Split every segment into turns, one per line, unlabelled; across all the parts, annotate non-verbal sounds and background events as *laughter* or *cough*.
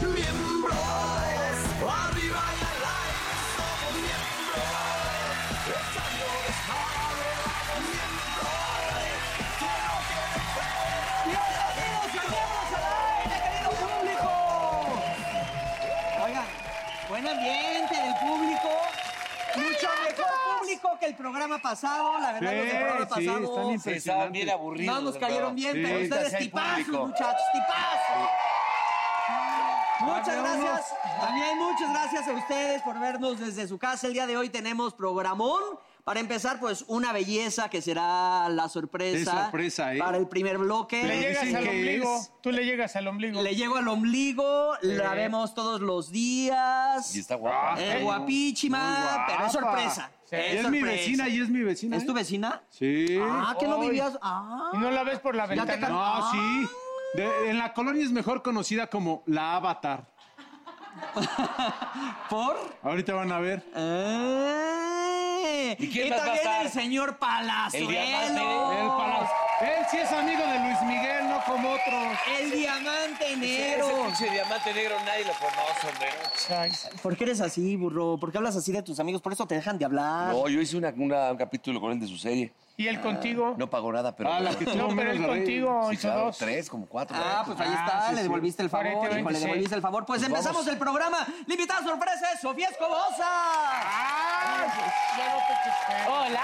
Miembros, arriba y al aire, somos miembros, echando desmadre, miembros, que no quede fuera. Bienvenidos a Miembros al Aire, querido público.
Oigan, buen ambiente del público. Mucho mejor público que el programa pasado. La verdad,
Sí,
los del
Eh,
programa
sí, están
pasado se-
impresionantes.
Estaban bien aburridos.
no nos
de
cayeron
verdad.
bien,
Sí.
pero
Ahorita
ustedes
sí hay
tipazos,
público.
muchachos, tipazos. Muchas gracias. También muchas gracias a ustedes por vernos desde su casa. El día de hoy tenemos programón. Para empezar, pues una belleza que será la sorpresa.
Es sorpresa, ¿eh?
Para el primer bloque.
Le
Dicen
llegas al
que
ombligo.
es-
Tú le llegas al ombligo. Eh.
Le llego al ombligo, la vemos todos los días.
Y está guapa.
Es
¿no?
guapísima, pero es sorpresa.
Sí.
Y es mi
sorpresa.
vecina, y es mi vecina.
¿Es tu
¿eh?
vecina?
Sí.
Ah, que no
Ay.
vivías. Ah.
Y no la ves por la
Ya te
ventana.
cal-
No, sí. De- en la colonia es mejor conocida como la Avatar.
*laughs* ¿Por?
Ahorita van a ver.
Ah.
¿Y quién más va a
también
estar?
el señor Palazuelo.
El diamante.
El palacio. Él sí es amigo de Luis Miguel, no como otros.
El diamante
Ese
negro.
pinche diamante negro nadie lo conoce, hombre.
Ay,
¿Por qué eres así, burro? ¿Por qué hablas así de tus amigos? Por eso te dejan de hablar.
No, yo hice una, una- un capítulo con él de su serie.
Y él contigo.
No pagó nada, pero.
Ah, la que
Sí,
tuvo
No, pero
menos
él
la rey.
contigo hizo
claro,
dos.
Tres, como cuatro.
Ah,
¿eh?
pues ahí
Ah,
está,
sí,
le
sí.
devolviste el favor,
40,
hijo, le
26.
devolviste el favor. Pues,
Pues
empezamos
vamos.
el programa. La invitada sorpresa es Sofía Escobosa.
Ya no te chiste.
¡Hola!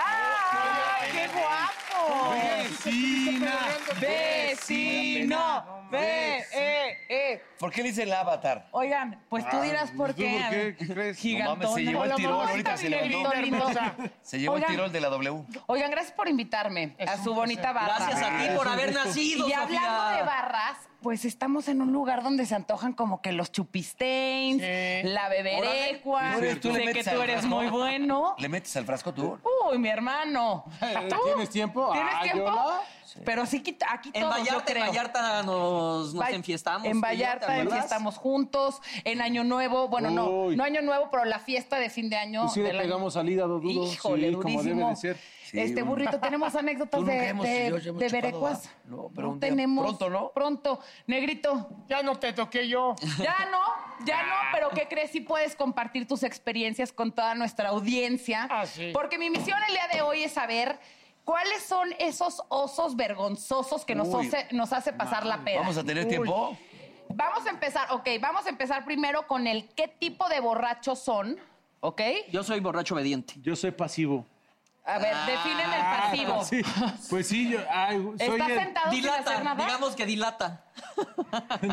¡Qué guapo!
Vecina.
¡Vecino! ¡Ve! ¡Eh! ¡Eh!
¿Por qué le dicen la avatar?
Oigan, pues
Ah,
tú dirás por
¿Tú por qué?
qué.
¿Qué crees?
No mames, se
Gigantona.
llevó el
Hola,
tirol,
mamacita
ahorita se
mi
levantó.
negrita hermosa.
*laughs* Se llevó el
Oigan.
tirol de la W.
Oigan, gracias por invitarme
Es
a
un
su bonita barra.
Gracias a ti por haber nacido,
Y hablando
Sofía.
de barras, pues estamos en un lugar donde se antojan como que los chupisteins,
Sí.
la beberecua,
Órale.
sé
Tú le
que
metes
tú
al
eres
frasco.
muy bueno.
¿Le metes al frasco tú?
Uy,
*laughs*
mi hermano.
Eh,
¿Tú?
¿Tienes tiempo?
¿Tienes
Ah,
tiempo?
¿Yola?
Pero sí, quita- aquí
En
todos, yo
Vallarta, en
creo.
Vallarta nos, nos
Va-
enfiestamos.
En Vallarta
¿te acuerdas?
enfiestamos juntos. En Año Nuevo, bueno, no,
Uy.
no Año Nuevo, pero la fiesta de fin de año.
Pues
Y sí le
del año-
pegamos al hígado duro.
Híjole,
sí,
durísimo.
como debe de ser.
este
bueno. *laughs*
burrito, tenemos anécdotas
Tú nunca
de,
hemos-
de,
yo- yo hemos
de
chupado,
verecuas.
¿ah? No, pero un día-
tenemos.
pronto, ¿no?
Pronto. Negrito,
Ya no te toqué yo.
ya no, ya no, pero ¿qué crees? Si puedes compartir tus experiencias con toda nuestra audiencia.
Ah, sí.
Porque mi misión el día de hoy es saber cuáles son esos osos vergonzosos que nos, hace, nos hace pasar la pena.
¿Vamos a tener tiempo?
Vamos a empezar, ok, vamos a empezar primero con el qué tipo de borrachos son, ¿ok?
Yo soy borracho obediente. Ah,
Yo soy pasivo.
A ver, definen el pasivo.
Ah, Sí. Pues sí, yo ay, soy
¿Estás
el-
sentado sin hacer
Dilata,
nada?
digamos
*laughs*
que dilata.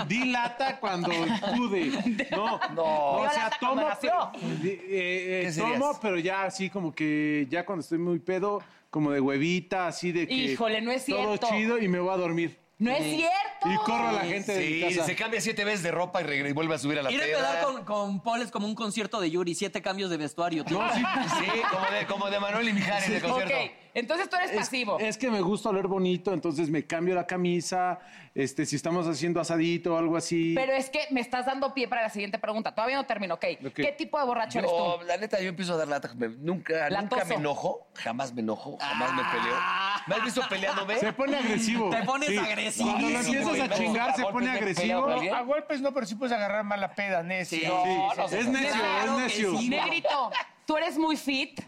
Di lata cuando pude. No,
No.
O
Dio
sea,
lata cuando
tomo,
nació.
pe- di- eh, eh,
¿Qué serías?
tomo, pero ya así como que ya cuando estoy muy pedo, como de huevita, así de que.
Híjole, no es cierto.
Todo chido y me voy a dormir.
No es cierto.
Y corro a la gente de mi
Sí,
casa.
se cambia siete veces de ropa y, regre- y vuelve a subir a la
Ir a
peda.
empezar con, con Paul es como un concierto de Yuri, siete cambios de vestuario. tío.
No, sí,
*laughs* Sí, como de, como de Manuel y Mijares de
Ok,
concierto.
entonces tú eres pasivo.
Es que me gusta oler bonito, entonces me cambio la camisa. Este, si estamos haciendo asadito o algo así.
Pero es que me estás dando pie para la siguiente pregunta. Todavía no termino, ok.
Ok.
¿Qué tipo de borracho eres
Yo,
tú?
la neta, yo empiezo a dar lata. Me- nunca, nunca
Latoso. Ah.
me enojo, jamás me enojo, jamás me peleo. ¿Me has visto peleándome?
Se pone agresivo.
Te pones agresivo.
Cuando lo
Sí,
empiezas
güey,
a
no.
chingar, se
Golpes
pone
de
agresivo.
pelea,
Sí,
¿Alguien?
Ah,
A golpes no, pero sí puedes agarrar mala peda, necio.
Sí.
es necio,
Claro
es
que
necio.
sí.
Negrito, tú eres muy fit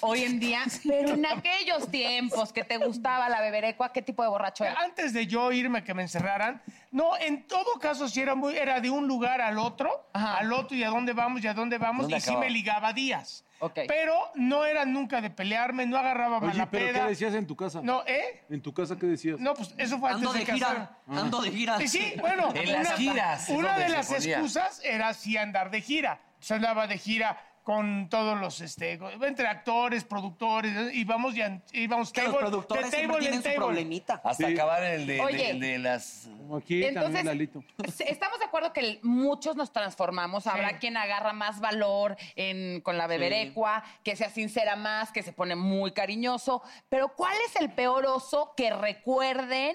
hoy en día, pero *laughs* en aquellos tiempos que te gustaba la beberecua, ¿qué tipo de borracho eras?
Antes de yo irme, que me encerraran, no, en todo caso, si era muy, era de un lugar al otro,
Ajá.
al otro y a dónde vamos y a dónde vamos,
¿Dónde
y sí
acababa?
me ligaba días.
Ok.
Pero no era nunca de pelearme, no agarraba
Oye,
mala
pero ¿qué
peda.
decías en tu casa?
No, ¿eh?
¿En tu casa qué decías?
No, pues eso fue antes
Ando de
casarme.
gira, ando de gira.
Y sí, bueno,
En las
una,
giras es
una
donde
de
se
las
ponía.
excusas era sí andar de gira. Yo andaba de gira con todos los, este, entre actores, productores, eh, íbamos, y an- íbamos
Que los
table-
productores siempre tienen su problemita.
Hasta
Sí.
acabar el de, de-
Oye.
el de las.
Como Aquí
Entonces,
también, Lalito.
s- estamos de acuerdo que el- muchos nos transformamos. Habrá
Sí.
quien agarra más valor en- con la beberecua, que sea sincera más, que se pone muy cariñoso. Pero ¿cuál es el peor oso que recuerden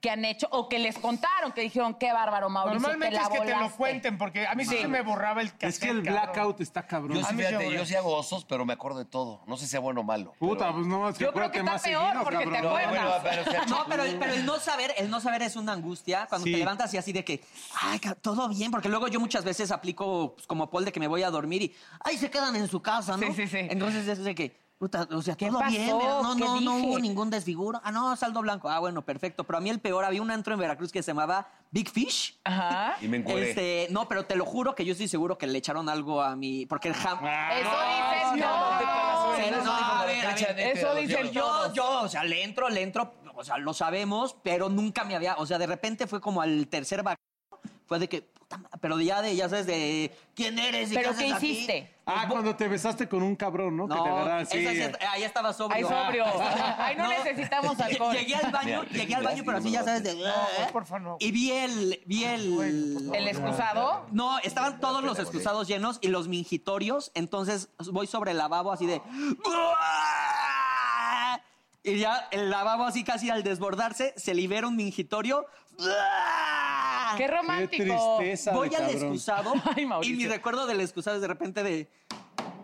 que han hecho o que les contaron, que dijeron, qué bárbaro, Mauricio,
Normalmente
te la
es que te lo
volaste"?
cuenten, porque a mí sí,
Sí.
se me borraba el cassette,
Es que el
cabrón.
blackout está cabrón.
Yo sí,
mí sí
fíjate,
me
yo sí hago osos, pero me acuerdo de todo. No sé si sea bueno o malo.
Puta,
pero-
pues no más que
Yo creo
acuérdate
que está
más
peor,
seguido,
porque te
cabrón.
No,
acuerdas.
bueno, pero, o sea,
No, pero, el- pero el no saber, el no saber es una angustia cuando
Sí.
te levantas y así de que, ay, ca- todo bien, porque luego yo muchas veces aplico pues, como Paul de que me voy a dormir y, ay, se quedan en su casa, ¿no?
Sí, sí, sí.
Entonces es de que, puta, o sea,
¿Qué
todo bien,
pasó?
¿verdad? no,
¿Qué
no, no
dije?
hubo ningún desfiguro. Ah, no, saldo blanco. Ah, bueno, perfecto. Pero a mí el peor, había un antro en Veracruz que se llamaba Big Fish.
Ajá.
Y me encueré.
Este, no, pero te lo juro que yo estoy seguro que le echaron algo a mi, porque el jam...
Eso dices
no, te
no.
pagas,
Ah, Sí,
güey,
no,
no,
dijo, a ver, a
echa
ver,
de-
eso
de-
dice
de-
el
Yo, yo, o sea, le entro, le entro, o sea, lo sabemos, pero nunca me había, o sea, de repente fue como al tercer vac... fue de que, puta ma- pero ya de, ya sabes, de Eh, quién eres y
¿Pero
qué
qué
haces aquí? Pues,
hiciste?
Ah, cuando te besaste con un cabrón, ¿no? que te
No,
agarras
esa
así.
sí es- ahí estaba sobrio.
Ay,
*laughs*
sobrio. Ay, no,
No.
necesitamos alcohol.
Llegué al baño,
Mira,
llegué al baño, pero así ya sabes de...
pues,
No, porfa, no.
Y vi el, vi el...
¿El excusado?
No, estaban todos los excusados llenos y los mingitorios, entonces voy sobre el lavabo así de... Y ya el lavabo así casi al desbordarse, se libera un mingitorio.
¡Qué
Qué
romántico!
tristeza
Voy
de
al
cabrón.
excusado
*laughs* Ay,
y
Mauricio.
mi recuerdo del excusado es de repente de...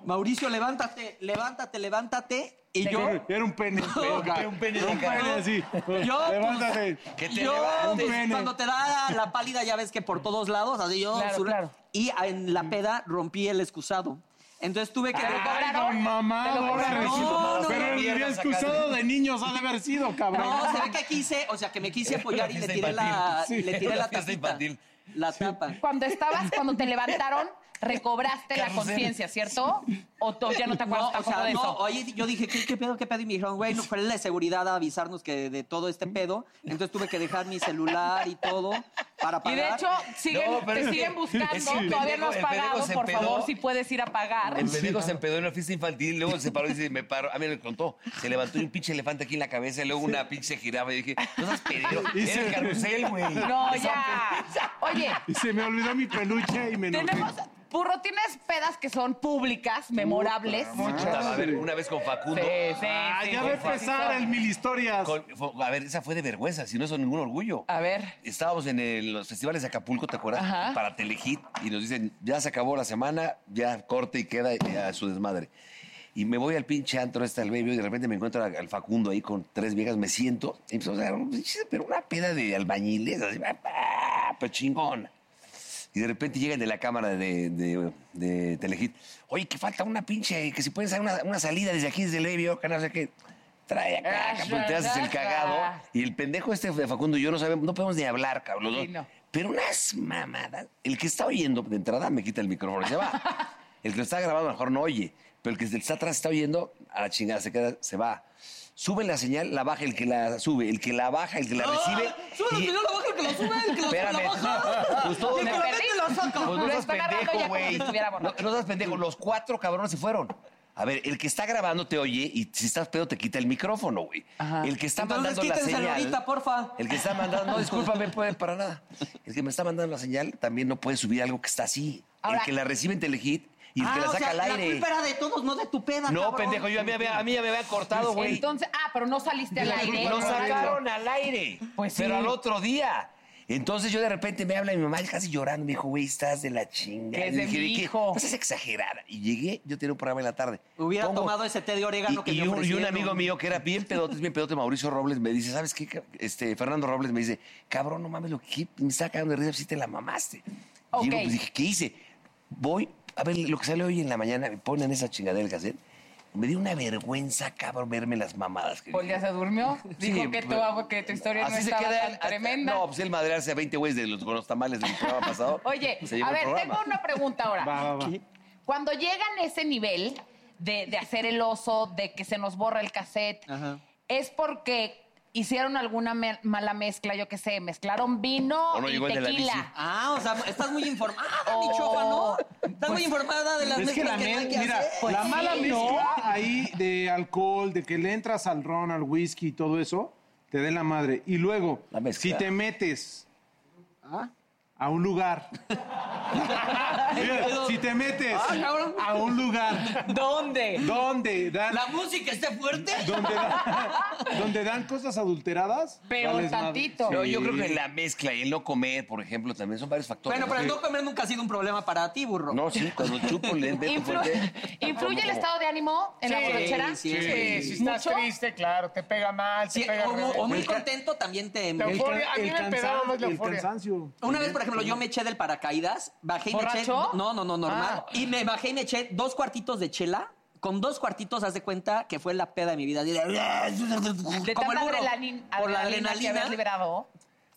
Mauricio, levántate, levántate, levántate. Y yo...
Era un pene.
Era un pene de
Un pene
cabrón.
así.
Yo, pues,
Levántate.
Que te
yo,
levantes.
pues,
Un pene.
cuando te da la pálida, ya ves que por todos lados, así yo.
Claro, claro.
Y en la peda rompí el excusado. Entonces tuve que.
Ay, don mamado, ahora
No,
resulta-
no,
Pero
no,
el
mierda,
día
sacaste.
excusado de niños ha de haber sido, cabrón. *laughs*
No, se ve que quise, o sea, que me quise apoyar y le
Fiesta
tiré la,
infantil.
le
Sí.
tiré la
Fiesta
tapita.
infantil.
La tapa.
Cuando estabas, cuando te levantaron, recobraste la
Carrusel.
conciencia, ¿cierto? O tú ya no te
No,
acuerdas
o
tampoco
sea,
de
no,
eso.
oye, yo dije, ¿qué, qué pedo, qué pedo? Y me dijeron, güey, no fue la de seguridad a avisarnos que de todo este pedo. Entonces tuve que dejar mi celular y todo para
Y
pagar.
de hecho, siguen,
No, pero
te
es que-
siguen
es
buscando,
que el
todavía
pendejo-
no has
el pendejo
pagado,
se
por
empedó.
favor, si puedes ir a pagar.
El pendejo se empedó en una fiesta infantil, luego se paró y dice, me paró. A mí me contó, se levantó un pinche elefante aquí en la cabeza, y luego una pinche giraba y dije, no seas pedido,
Y
era el
se-
carrusel,
*laughs*
güey.
No, ya. Oye,
Y se me olvidó mi peluche y me enojé.
tenemos, Purro, tienes pedas que son públicas, memorables.
Puta, a ver, una vez con Facundo.
Sí, sí,
Ah,
sí,
ya va a
por favor.
empezar el mil historias.
con- fue- a ver, esa fue de vergüenza, si no es ningún orgullo.
A ver.
Estábamos en el- los festivales de Acapulco, ¿te acuerdas?
Ajá.
Para Telehit. Y nos dicen, ya se acabó la semana, ya corte y queda eh, a su desmadre. Y me voy al pinche antro hasta el baby y de repente me encuentro al al Facundo ahí con tres viejas, me siento. Y empezamos a dar un pinche- pero una peda de albañiles, así, pa, pa, pero chingón. Y de repente llegan de la cámara de, de, de Telehit. Oye, que falta una pinche, que si pueden hacer una, una salida desde aquí, desde el baby, que no sé qué. Trae acá,
Ah,
cabrón, te haces el
ah,
cagado.
ah.
Y el pendejo este de Facundo y yo no sabemos, no podemos ni hablar, cabrón. los
Sí,
dos.
no.
Pero unas mamadas. El que está oyendo de entrada me quita el micrófono y se va.
*laughs*
El que lo está grabando a lo mejor no oye. Pero el que está atrás está oyendo, a la chingada se queda, se va. Sube la señal, la baja el que la sube, el que la baja, el que la recibe.
¡Ah! Sube el
y-
que no lo baja, el que lo sube, el que lo sube,
Espérame.
lo baja.
*laughs* Pues todo
Y el que
me
lo
perdí.
mete, lo saca.
Pues no
Lo
seas
están agarrando ya
pendejo,
como
güey.
si estuviera
No,
borracho.
no seas pendejo. Los cuatro cabrones se fueron. A ver, el que está grabando te oye y si estás pedo te quita el micrófono, güey. El que está
Entonces,
mandando la
quítenselo
señal.
ahorita, porfa.
El que está
*laughs*
mandando, no, discúlpame, puede para nada. El que me está mandando la señal también no puede subir algo que está así.
Ahora-
el que la recibe en Telehit y el
ah,
que la
o
saca
sea,
al
La
aire.
culpa era de todos, no de tu peda.
No,
cabrón.
pendejo, yo a mí, ya me- a mí ya me había cortado, güey.
Entonces, ah, pero no saliste al aire.
Lo sacaron al aire.
Pues sí.
Pero al otro día. Entonces yo de repente me habla mi mamá casi llorando. Me dijo, güey, estás de la chinga.
Que es
Y
de
dije,
mi
qué?
hijo.
No seas exagerada. Y llegué, yo tenía un programa en la tarde.
Hubiera
Pongo-
tomado ese té de orégano
y,
que
y
me
un, y un
ofrecieron.
amigo mío que era bien pedote, es bien pedote, Mauricio Robles, me dice, ¿sabes qué? ca- Este, Fernando Robles me dice, cabrón, no mames, lo que me está cagando de risa, si te la mamaste.
Ok.
Y yo pues, dije, ¿qué hice? Voy, a ver, lo que sale hoy en la mañana, me ponen esa chingadera del cassette. Me dio una vergüenza, cabrón, verme las mamadas. que
Pues
dije.
ya se durmió.
Sí,
Dijo que, tu,
pero-
que tu historia no
así se
estaba
queda
tan
él, a- *laughs*
tremenda.
No, pues él madrearse a 20 güeyes de los, con los tamales del programa pasado. pues
Oye,
se llevó
a
el
ver,
programa.
tengo una pregunta ahora.
Va, va, va.
Cuando llegan a ese nivel, de, de hacer el oso, de que se nos borra el cassette.
Ah.
Ajá.
Es porque hicieron alguna me- mala mezcla, yo qué sé, mezclaron vino
O no
y
llegó el de la bici.
tequila. Oh.
Ah, o sea, estás muy informada, mi chofa, ¿no? Estás
Pues,
muy informada de las
Es que
mezclas
la,
que, no hay
mez-
que
mira,
hacer. Pues
la mala
sí,
mezcla
¿no?
ahí de alcohol, de que le entras al ron, al whisky y todo eso, te dé la madre. Y luego,
La mezcla. ¿Ah?
si te metes a un lugar. Mira, si te metes
Ah, cabrón.
a un lugar
¿Dónde?
donde dan,
¿La música esté fuerte?
donde dan,
*laughs*
donde dan cosas adulteradas.
Pero
vales madre.
tantito.
No, yo creo que la mezcla y el no comer, por ejemplo, también son varios factores.
Bueno, pero el no comer nunca ha sido un problema para ti, burro.
No, sí,
*laughs*
cuando chupo le meto
Influ-
fuerte.
*laughs* ¿Influye el estado de ánimo en la
Sí,
borrachera?
sí,
Sí,
sí.
si estás
¿Mucho?
triste, claro, te pega mal,
Sí,
te pega
o, mu-
mal.
o muy
El ca-
contento también te...
La
El,
euforia,
can-
a mí
el
me pegaba
cansan-
más la
el
euforia.
cansancio.
Una vez, por ejemplo, yo me eché del paracaídas, bajé y me eché...
¿Borracho?
No, no, no, normal.
Ah.
Y me bajé y me eché dos cuartitos de chela. Con dos cuartitos, haz de cuenta que fue la peda de mi vida. De
De
Como el
tanta
burro.
adrenalin-
Por la
que
adrenalina.
habías liberado.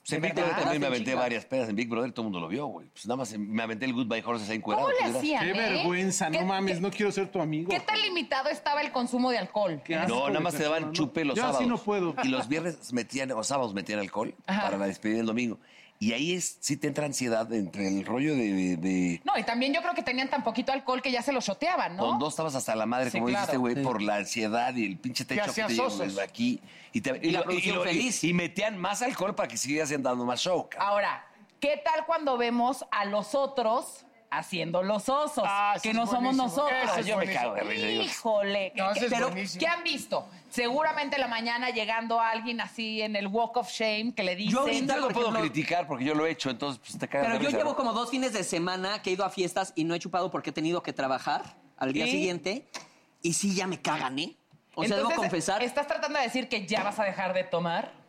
Pues en Big
verdad? Estás
Brother también me
en
aventé
Ah, chinga.
varias pedas en Big Brother, todo el mundo lo vio, güey. Pues nada más me aventé el Goodbye Horses ahí encuerado.
¿Cómo le
¿tú dirás?
hacían?
Qué
eh?
vergüenza,
¿Qué-
no mames,
qué-
no quiero ser tu amigo.
¿Qué tan limitado estaba el consumo de alcohol?
Qué asco
No, nada
de
más te
persona,
daban
¿no?
chupe los
Yo
sábados.
así no puedo.
Y los viernes metían, o sábados metían alcohol
Ajá.
para la despedida del domingo. Y ahí es, sí te entra ansiedad entre el rollo de. de-
No, y también yo creo que tenían tan poquito alcohol que ya se lo shoteaban, ¿no?
Con dos estabas hasta la madre,
Sí,
como dijiste,
claro.
güey, por la ansiedad y el pinche techo que
hacías
te llegó
osos.
desde aquí. Y, te-
Y la
lo-
producción
lo-
feliz.
y metían más alcohol para que siguieras dando más show. cabrón.
Ahora, ¿qué tal cuando vemos a los otros haciendo los osos?
Ah, eso
que
es
no somos
buenísimo.
nosotros.
Eso es
yo me
buenísimo.
cago de risa. digo,
Híjole,
No, eso es
pero
buenísimo.
¿qué han visto? Seguramente la mañana llegando alguien así en el Walk of Shame que le dicen.
Yo ahorita-
Yo no
por
puedo
ejemplo-
criticar porque yo lo he hecho, entonces pues, te cagas
Pero
de
yo
risa,
llevo
¿no?
como dos fines de semana que he ido a fiestas y no he chupado porque he tenido que trabajar al día
¿Sí?
siguiente. Y sí, ya me cagan, ¿eh? O sea, debo
Entonces,
confesar.
¿Estás tratando de decir que ya vas a dejar de tomar?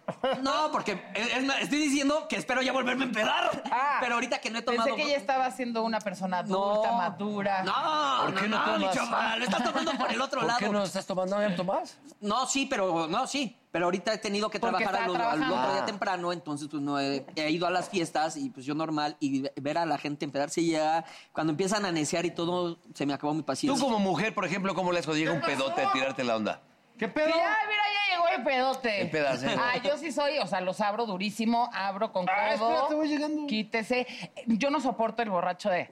No, porque es- es más, estoy diciendo que espero ya volverme a empedar.
Ah.
pero ahorita que no he tomado.
Pensé que ya estaba siendo una persona adulta, madura.
No,
¿Por qué
no,
no
no, mi
tomas?
chaval, lo estás tomando por el otro
¿Por
lado.
qué no estás tomando? ¿No tomás?
No, sí, pero no, sí. Pero ahorita he tenido que
Porque
trabajar al,
estaba
al otro
trabajando.
día temprano, entonces pues no he, he ido a las fiestas y pues yo normal y ve- ver a la gente empedarse ya cuando empiezan a necear y todo se me acabó mi paciencia.
Tú como mujer, por ejemplo, ¿cómo le has llega un pedote a tirarte la onda?
¿Qué pedo?
Mira, mira, ya llegó el pedote.
El pedazo.
Ah, yo sí soy, o sea, los abro durísimo, abro con codo.
Ah, espérate, voy llegando.
Quítese. Yo no soporto el borracho de.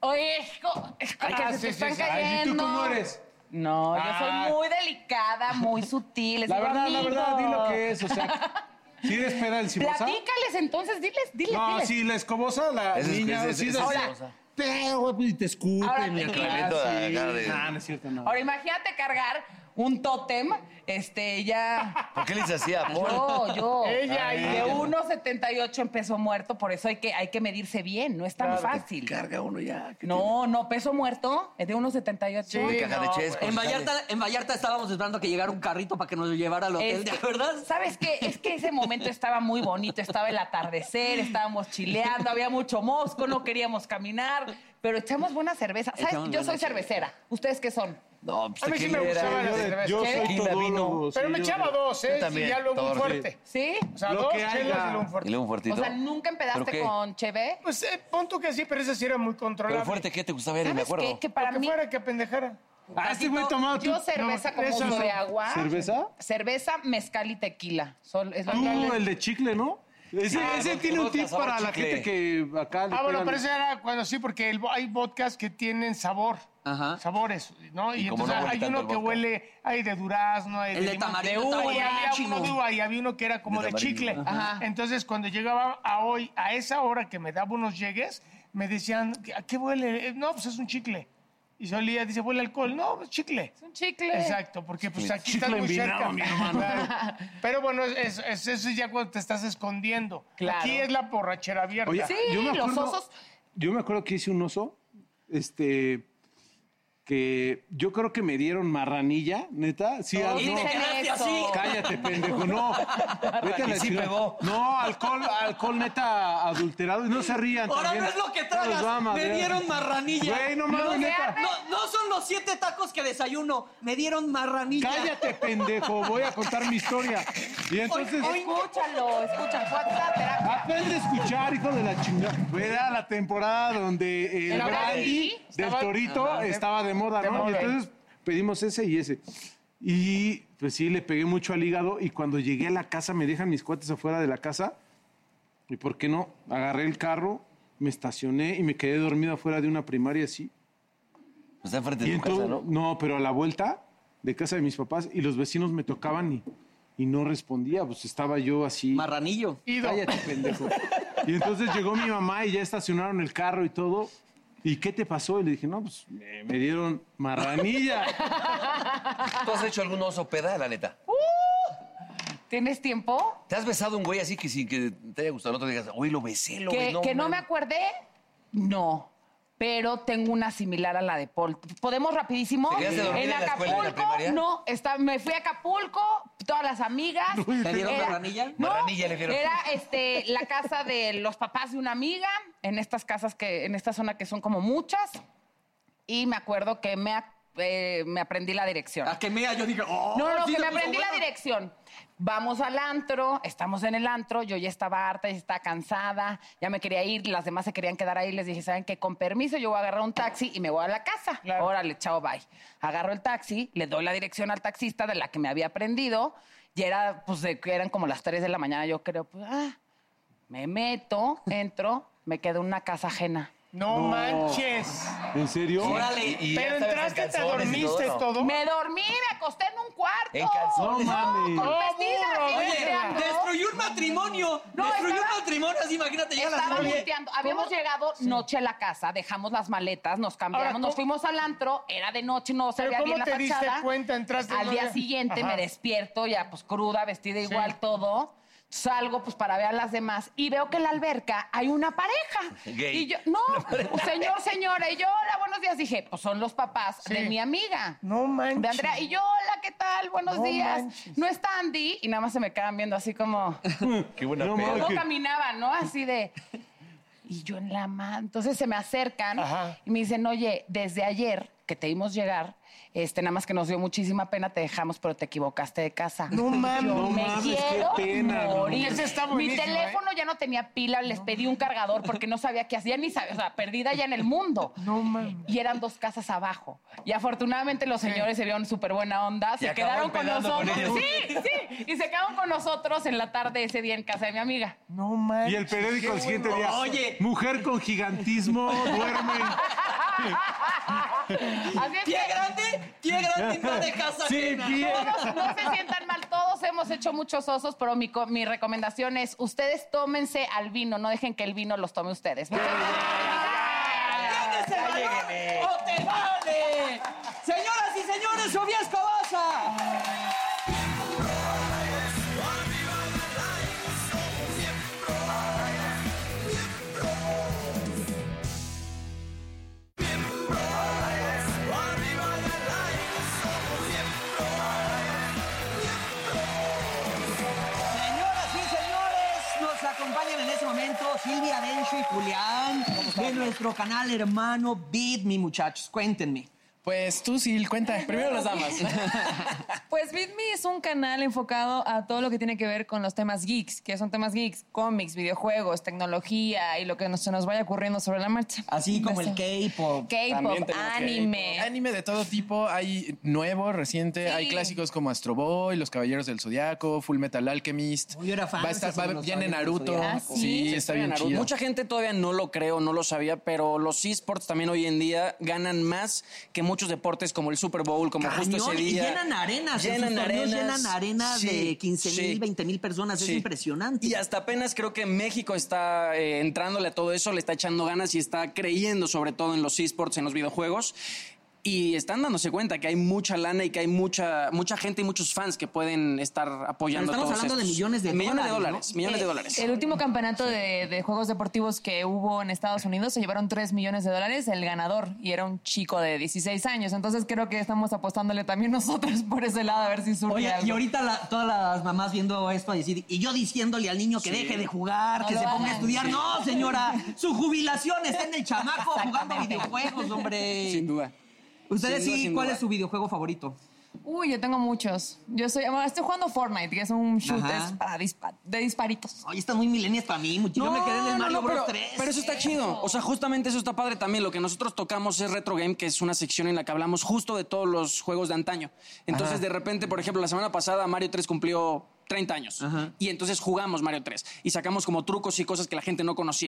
Oye, es co- es co-
Ay,
que
ah,
se te
sí, sí,
están
sí.
cayendo.
Ay, ¿y tú cómo eres?
No,
Ah.
yo soy muy delicada,
*laughs*
muy sutil. les
La
digo,
verdad, la verdad, di
"Amigos".
lo que es. O sea, si eres peda encimosa.
Platícales entonces, diles, diles,
No,
diles.
si la escobosa, la
Ese es-
niña,
ese es-
sí,
ese
la-
es-
Ahora, pero, pues, y te escupen.
Ahora,
y
el
acá,
clavito
sí.
de acá de-
Ah, No, no es cierto, no.
Ahora imagínate cargar un tótem, este, ya.
¿Por qué le dices así a Paul?
Yo,
*laughs*
yo.
Ella y
De 1,78 en peso muerto, por eso hay que, hay que medirse bien, no es tan fácil.
Ah,
Carga uno ya. que
No, no, peso muerto es de 1,78.
tiene caja de
no, pues,
chescos,
En
¿sabes?
Vallarta, en Vallarta estábamos esperando que llegara un carrito para que nos llevara al hotel, *laughs*
Este,
¿de verdad?
¿Sabes qué? Es que ese momento estaba muy bonito, estaba el atardecer, estábamos chileando, había mucho mosco, no queríamos caminar, pero echamos buena cerveza. ¿Sabes?
Echamos
Yo
buena
soy cervecera. ¿Ustedes qué son?
No, pues
A mí sí me
tequila,
gustaba
yo
la
de-
cerveza.
Yo
¿Eh?
soy
Tequila, vino.
todólogo.
Pero
sí,
me
yo-
echaba dos, ¿eh?
también,
Y ya luego un
torre.
fuerte.
¿Sí?
O sea,
Lo
dos
que haya.
chelas y luego un
Y
fuerte.
luego un fuertito.
O sea,
¿Pero
¿nunca empedaste
qué?
con Cheve?
Pues eh, pon tú que sí, pero ese sí era muy controlable.
Pero fuerte, ¿qué te gustaba ver? Me
¿Sabes
acuerdo.
qué? Que
Para
para mí...
fuera que pendejara.
Ah, este güey
tantito,
tomaba
Yo
tú-
cerveza
no,
con
eso
jugo
no.
de agua.
¿Cerveza?
Cerveza, mezcal y tequila. Sol- es lo que-
Tú, el de chicle, ¿no? Ese,
Ah,
ese
los
tiene un
vodka,
tip
sabor
para la
chicle.
gente que acá. le
Ah, bueno,
pegan-
pero eso era cuando sí, porque el vo- hay vodkas que tienen sabor.
Ajá.
Sabores, ¿no?
Y
Y,
como
entonces
no huele
hay
tanto el
uno que
vodka.
huele, hay de durazno, hay
El de
limón,
tamarindo
uva,
está
y había
buenísimo.
uno de uva y había uno que era como
De
de,
tamarindo.
chicle.
Ajá.
Entonces, cuando llegaba a hoy, a esa hora que me daba unos llegues, me decían, ¿a qué huele? Eh, No, pues es un chicle. Y yo olía, dice, huele a alcohol. No, pues chicle.
Es un chicle.
Exacto, porque pues aquí estás
Chicle
muy cerca.
envinado, mi hermano.
Claro. *laughs* Pero bueno, es, es- eso es ya cuando te estás escondiendo.
Claro.
Aquí es la borrachera abierta.
Oye,
Sí,
yo me
los
acuerdo,
osos.
Yo me acuerdo que hice un oso, este, que yo creo que me dieron marranilla, neta. Sí,
Oh,
No
al-
dicen
no,
quedaste
eso.
así.
cállate, pendejo, no. Vete a la
Y sí
chingada.
pegó.
No, alcohol, alcohol neta adulterado. Y no se rían
Ahora
también.
no es lo que
No los va a
tragas. Me
madrear.
dieron marranilla.
Güey, no mames, neta.
No, no son los siete tacos que desayuno. Me dieron marranilla.
Cállate, pendejo, voy a
*laughs*
contar mi historia. Y entonces...
Escúchalo, escucha, WhatsApp, terapia.
Aprende a escuchar, hijo de la chingada. Era la temporada donde el
¿El
brandy
brandy?
del
Estaba-
torito estaba de moda,
de
¿no? Y
moda.
entonces pedimos ese y ese. Y pues sí, le pegué mucho al hígado y cuando llegué a la casa me dejan mis cuates afuera de la casa y por qué no, agarré el carro, me estacioné y me quedé dormido afuera de una primaria así.
Pues Está enfrente
Y
de tu casa,
entonces-
¿no?
pero a la vuelta de casa de mis papás y los vecinos me tocaban y, y no respondía, pues estaba yo así.
Marranillo.
Ido.
Cállate, pendejo. *laughs* Y entonces llegó mi mamá y ya estacionaron el carro y todo. ¿Y qué te pasó? Y le dije, no, pues me, me dieron marranilla.
*laughs* ¿Tú has hecho algún oso peda, la neta?
¿Tienes tiempo?
¿Te has besado un güey así que sin que te haya gustado? No te digas, uy, lo besé, lo
que,
besé.
que no me
man".
acuerde, no. Pero tengo una similar a la de Paul. ¿Podemos rapidísimo?
¿Te quedaste dormida en la escuela, en la primaria?
no. Está, me fui a Acapulco, todas las amigas.
¿Te dieron
Era-
marranilla?
No,
Marranilla le dieron.
Era este, la casa de los papás de una amiga, en estas casas que, en esta zona que son como muchas. Y me acuerdo que me, ac- eh, me aprendí la dirección.
A que mea yo dije, oh,
No, no, no,
sí
que
se
me
puso
aprendí la
buena.
dirección. Vamos al antro, estamos en el antro, yo ya estaba harta, ya estaba cansada, ya me quería ir, las demás se querían quedar ahí, les dije, ¿saben qué? Con permiso, yo voy a agarrar un taxi y me voy a la casa.
Claro.
Órale, chao, bye. Agarro el taxi, le doy la dirección al taxista de la que me había aprendido, y era, pues, de- eran como las 3 de la mañana, yo creo, pues, ah, me meto, entro, me quedo en una casa ajena.
No,
No.
manches.
¿En serio?
Órale.
Y- y ya
Pero
estabas en
entraste, te
calzones y
dormiste
*laughs*
¿no?
todo.
Me dormí, me acosté en un cuarto.
En calzones.
No mames.
con vestida,
burro,
así,
Oye,
entrando.
destruyó un matrimonio.
No,
destruyó
estaba-
un matrimonio, así imagínate, llega la
Estaba
novia.
volteando. Habíamos llegado noche a la casa, dejamos las maletas, nos cambiamos,
Ahora,
nos
¿cómo-
fuimos al antro, era de noche, no
Pero
sabía
¿cómo
bien la
te diste
fachada.
cuenta? Entraste en
al
una-
día siguiente
Ajá.
me despierto, ya pues cruda, vestida igual,
Sí.
todo. Salgo pues para ver a las demás y veo que en la alberca hay una pareja.
*laughs*
Gay.
Y yo, no, un señor, señora. Y yo, hola, buenos días. Dije, pues son los papás
Sí.
de mi amiga.
No manches.
De Andrea. Y yo, hola, ¿qué tal? Buenos
No
días.
manches.
No está Andy. Y nada más se me quedan viendo así como.
Qué buena
No
peda.
mames.
Luego
Ok.
caminaba, ¿no? Así de. *laughs* Y yo en la mano. Entonces se me acercan
Ajá.
y me dicen, oye, desde ayer que te vimos llegar, este, nada más que nos dio muchísima pena, te dejamos, pero te equivocaste de casa.
No mames.
Yo
No
me
mames, qué
quiero
pena, no.
morir.
Ese está
Mi
buenísimo,
teléfono ya no tenía pila, les pedí un cargador porque no sabía qué hacía, ni sabía, o sea, perdida ya en el mundo.
No mames.
Y eran dos casas abajo. Y afortunadamente los señores se vieron súper buena onda.
Y
Se
acabaron
quedaron con
peleando con
nosotros.
ellos.
sí, sí. Y se quedaron con nosotros en la tarde ese día en casa de mi amiga.
No manches.
Y el periódico al siguiente día.
Oye.
Mujer con gigantismo duerme.
Así es
Pie
que
grande, pie grande, no de casa
Sí,
ajena.
bien.
todos no se sientan mal, todos hemos hecho muchos osos, pero mi, co- mi recomendación es ustedes tómense al vino, no dejen que el vino los tome ustedes. Muchas
¡Tienes el valor o te vale! Señoras y señores, Sofía Escobosa. Señoras y señores, nos acompañan en este momento Silvia Dencho y Julián de nuestro canal hermano Beat Me, muchachos. Cuéntenme.
Pues tú, Sil,
*laughs*
cuenta. Primero las damas.
Pues BitMe es un canal enfocado a todo lo que tiene que ver con los temas geeks, que son temas geeks, cómics, videojuegos, tecnología y lo que nos, se nos vaya ocurriendo sobre la marcha. *laughs*
Así como el
Eso.
K-pop.
También
K-pop,
tenemos que-
anime.
Anime de todo tipo. Hay nuevo, reciente.
Sí.
Hay clásicos como Astro Boy, Los Caballeros del Zodiaco, Full Metal Alchemist.
Uy, yo era fan
va a estar,
de
va-
los
viene
Caballeros del
Naruto.
Ah,
sí,
sí.
está bien
Naruto.
chido.
Mucha gente todavía no lo creo, no lo sabía, pero los esports también hoy en día ganan más que muchos deportes como el Super Bowl, como justo
Cañón,
ese
y
día.
llenan arenas, en
Llenan
sus torneos
arenas.
llenan arenas de
Sí,
15 mil,
sí.
20 mil personas,
Sí.
es impresionante.
Y hasta apenas creo que México está eh, entrándole a todo eso, le está echando ganas y está creyendo sobre todo en los esports, en los videojuegos. Y están dándose cuenta que hay mucha lana y que hay mucha, mucha gente y muchos fans que pueden estar apoyando.
Pero estamos
todos
hablando de
estos.
millones de
millones
dólares, ¿no?
millones de
Eh,
dólares.
El último campeonato de, de juegos deportivos que hubo en Estados Unidos se llevaron 3 millones de dólares el ganador y era un chico de 16 años. Entonces creo que estamos apostándole también nosotros por ese lado a ver si surge
Oye,
algo.
y ahorita la- todas las mamás viendo esto y, decir- y yo diciéndole al niño que deje de jugar, que
lo
se ponga a
hagan.
estudiar. No, señora, su jubilación está en el
*laughs*
chamaco jugando videojuegos, hombre.
Sin duda.
¿Ustedes
Sin duda,
sí?
sin
¿Cuál
duda.
es su videojuego favorito?
Uy, yo tengo muchos. Yo soy, bueno, estoy jugando Fortnite, que es un shooter
Ajá.
es para dispa- de disparitos.
Oye, están muy milenias para mí. Yo me quedé en el Mario Bros. eh.
pero,
3.
pero eso está chido. O sea, justamente eso está padre también. Lo que nosotros tocamos es Retro Game, que es una sección en la que hablamos justo de todos los juegos de antaño. Entonces,
Ajá.
de repente, por ejemplo, la semana pasada Mario 3 cumplió 30 años. Y entonces jugamos Mario 3 y sacamos como trucos y cosas que la gente no conocía.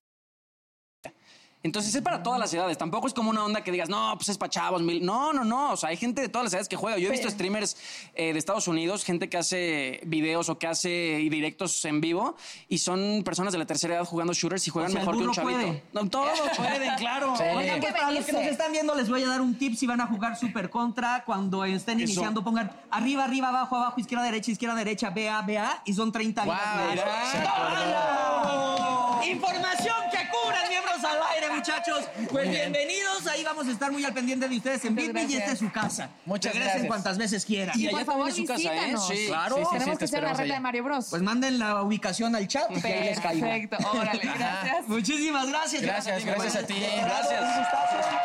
Entonces es para todas las edades. Tampoco es como una onda que digas, no, pues es para chavos. Mil... No, no, no. O sea, hay gente de todas las edades que juega. Yo he visto
Pero-
streamers eh, de Estados Unidos, gente que hace videos o que hace directos en vivo y son personas de la tercera edad jugando shooters y juegan
O sea,
mejor que un
alguno
chavito.
puede.
No, *laughs* todos pueden, claro.
Oigan, pues, para los que nos están viendo, les voy a dar un tip si van a jugar super contra. Cuando estén
Eso.
iniciando, pongan arriba, arriba, abajo, abajo, izquierda, derecha, izquierda, derecha, BA, BA, y son 30 vidas
Guau,
más.
mira, se
¡Tómalo! Información que cura, miembros al aire, muchachos. Pues
Muy bien.
bienvenidos, ahí vamos a estar muy al pendiente de ustedes en Bitme y
gracias.
esta es su casa.
Muchas
Regresen
gracias.
cuantas veces quieran.
Y, por favor, visítanos.
Claro.
Tenemos que hacer la reta de Mario Bros.
Pues manden la ubicación al chat y que ahí les caigo.
Perfecto, órale, gracias.
Muchísimas gracias.
Gracias, gracias a ti.
Gracias. Un gustazo.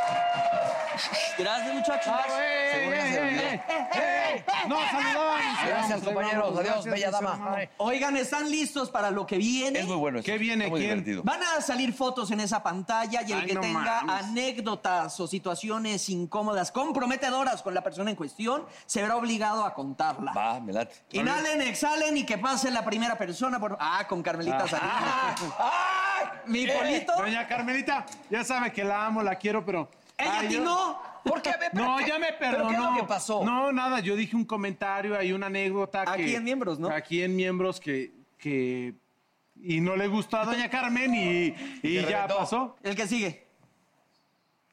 Gracias, muchachos.
No, saludaban. Gracias, compañeros. Adiós, bella dama.
Oigan, ¿están listos para lo que viene? Es muy
bueno. ¿Qué
viene?
muy
¿Quién?
divertido.
Van a salir fotos en esa pantalla y el
Ay,
que
no
tenga
mames.
anécdotas o situaciones incómodas, comprometedoras con la persona en cuestión, se verá obligado a contarla.
Va, me late.
Inhalen, exhalen y que pase la primera persona por. Ah, con Carmelita
Ah.
Salinas. Mi
Eh,
polito.
Doña Carmelita, ya sabe que la amo, la quiero, pero.
Ella
Ay, yo-
atinó. ¿Por qué? ¿Pero
No,
qué?
ya me
¿Pero
perdonó.
qué es lo que pasó?
No, nada, yo dije un comentario, hay una anécdota. que-
Aquí en Miembros, ¿no?
Aquí en Miembros que. que y no le gustó a Doña Carmen y, y ya pasó.
El que sigue.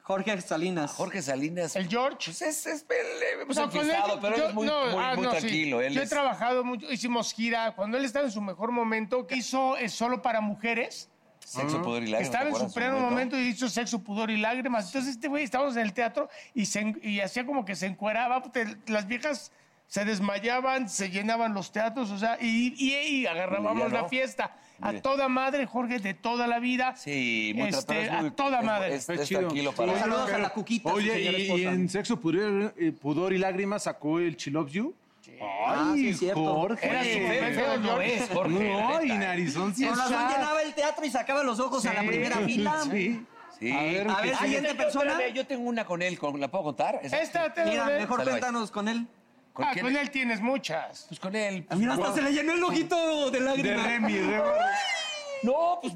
Jorge Salinas.
Jorge Salinas. El
George.
Pues es, es, el- pues
No, con él
enfiestado,
yo-
pero él
yo-
es muy,
no,
muy,
ah,
muy
no, sí.
tranquilo. Él
yo he
es-
trabajado mucho, hicimos gira. Cuando él estaba en su mejor momento, que hizo eh, solo para mujeres.
Sexo,
Ajá.
pudor y lágrimas,
Estaba
¿te
en su
acuerdas?
pleno
Momento.
momento y hizo sexo, pudor y lágrimas. Entonces, este güey, estábamos en el teatro y, se en- y hacía como que se encueraba. te- las viejas se desmayaban, se llenaban los teatros, o sea, y, y- y agarrábamos
Ya no.
la fiesta. A
Mire.
toda madre, Jorge, de toda la vida.
Sí, muy tra-
este,
pero es muy-
A toda
es-
madre.
es- es tranquilo para él.
Pero- Oye, y, y en Sexo, Pudor, eh, Pudor y Lágrimas sacó el She Loves You.
Ah, sí, es
Ay,
cierto.
Jorge.
Era su feo,
no
Jorge.
es, Jorge. No, y narizón sí
Con razón
está.
llenaba el teatro y sacaba los ojos a la
Sí,
primera fila.
sí.
Sí.
A ver, A ver, que sí. siguiente
Yo tengo
persona.
otra vez, Yo tengo una con él, ¿con- ¿la puedo contar? Esa-
Esta te la
Mira,
doy.
mejor
Sale, bye.
cuéntanos con él.
¿Con
ah,
quién?
con él tienes muchas.
Pues con él.
Ah, Mira, hasta se le llenó el ojito de lágrimas.
De Remy, Remy.
No, pues.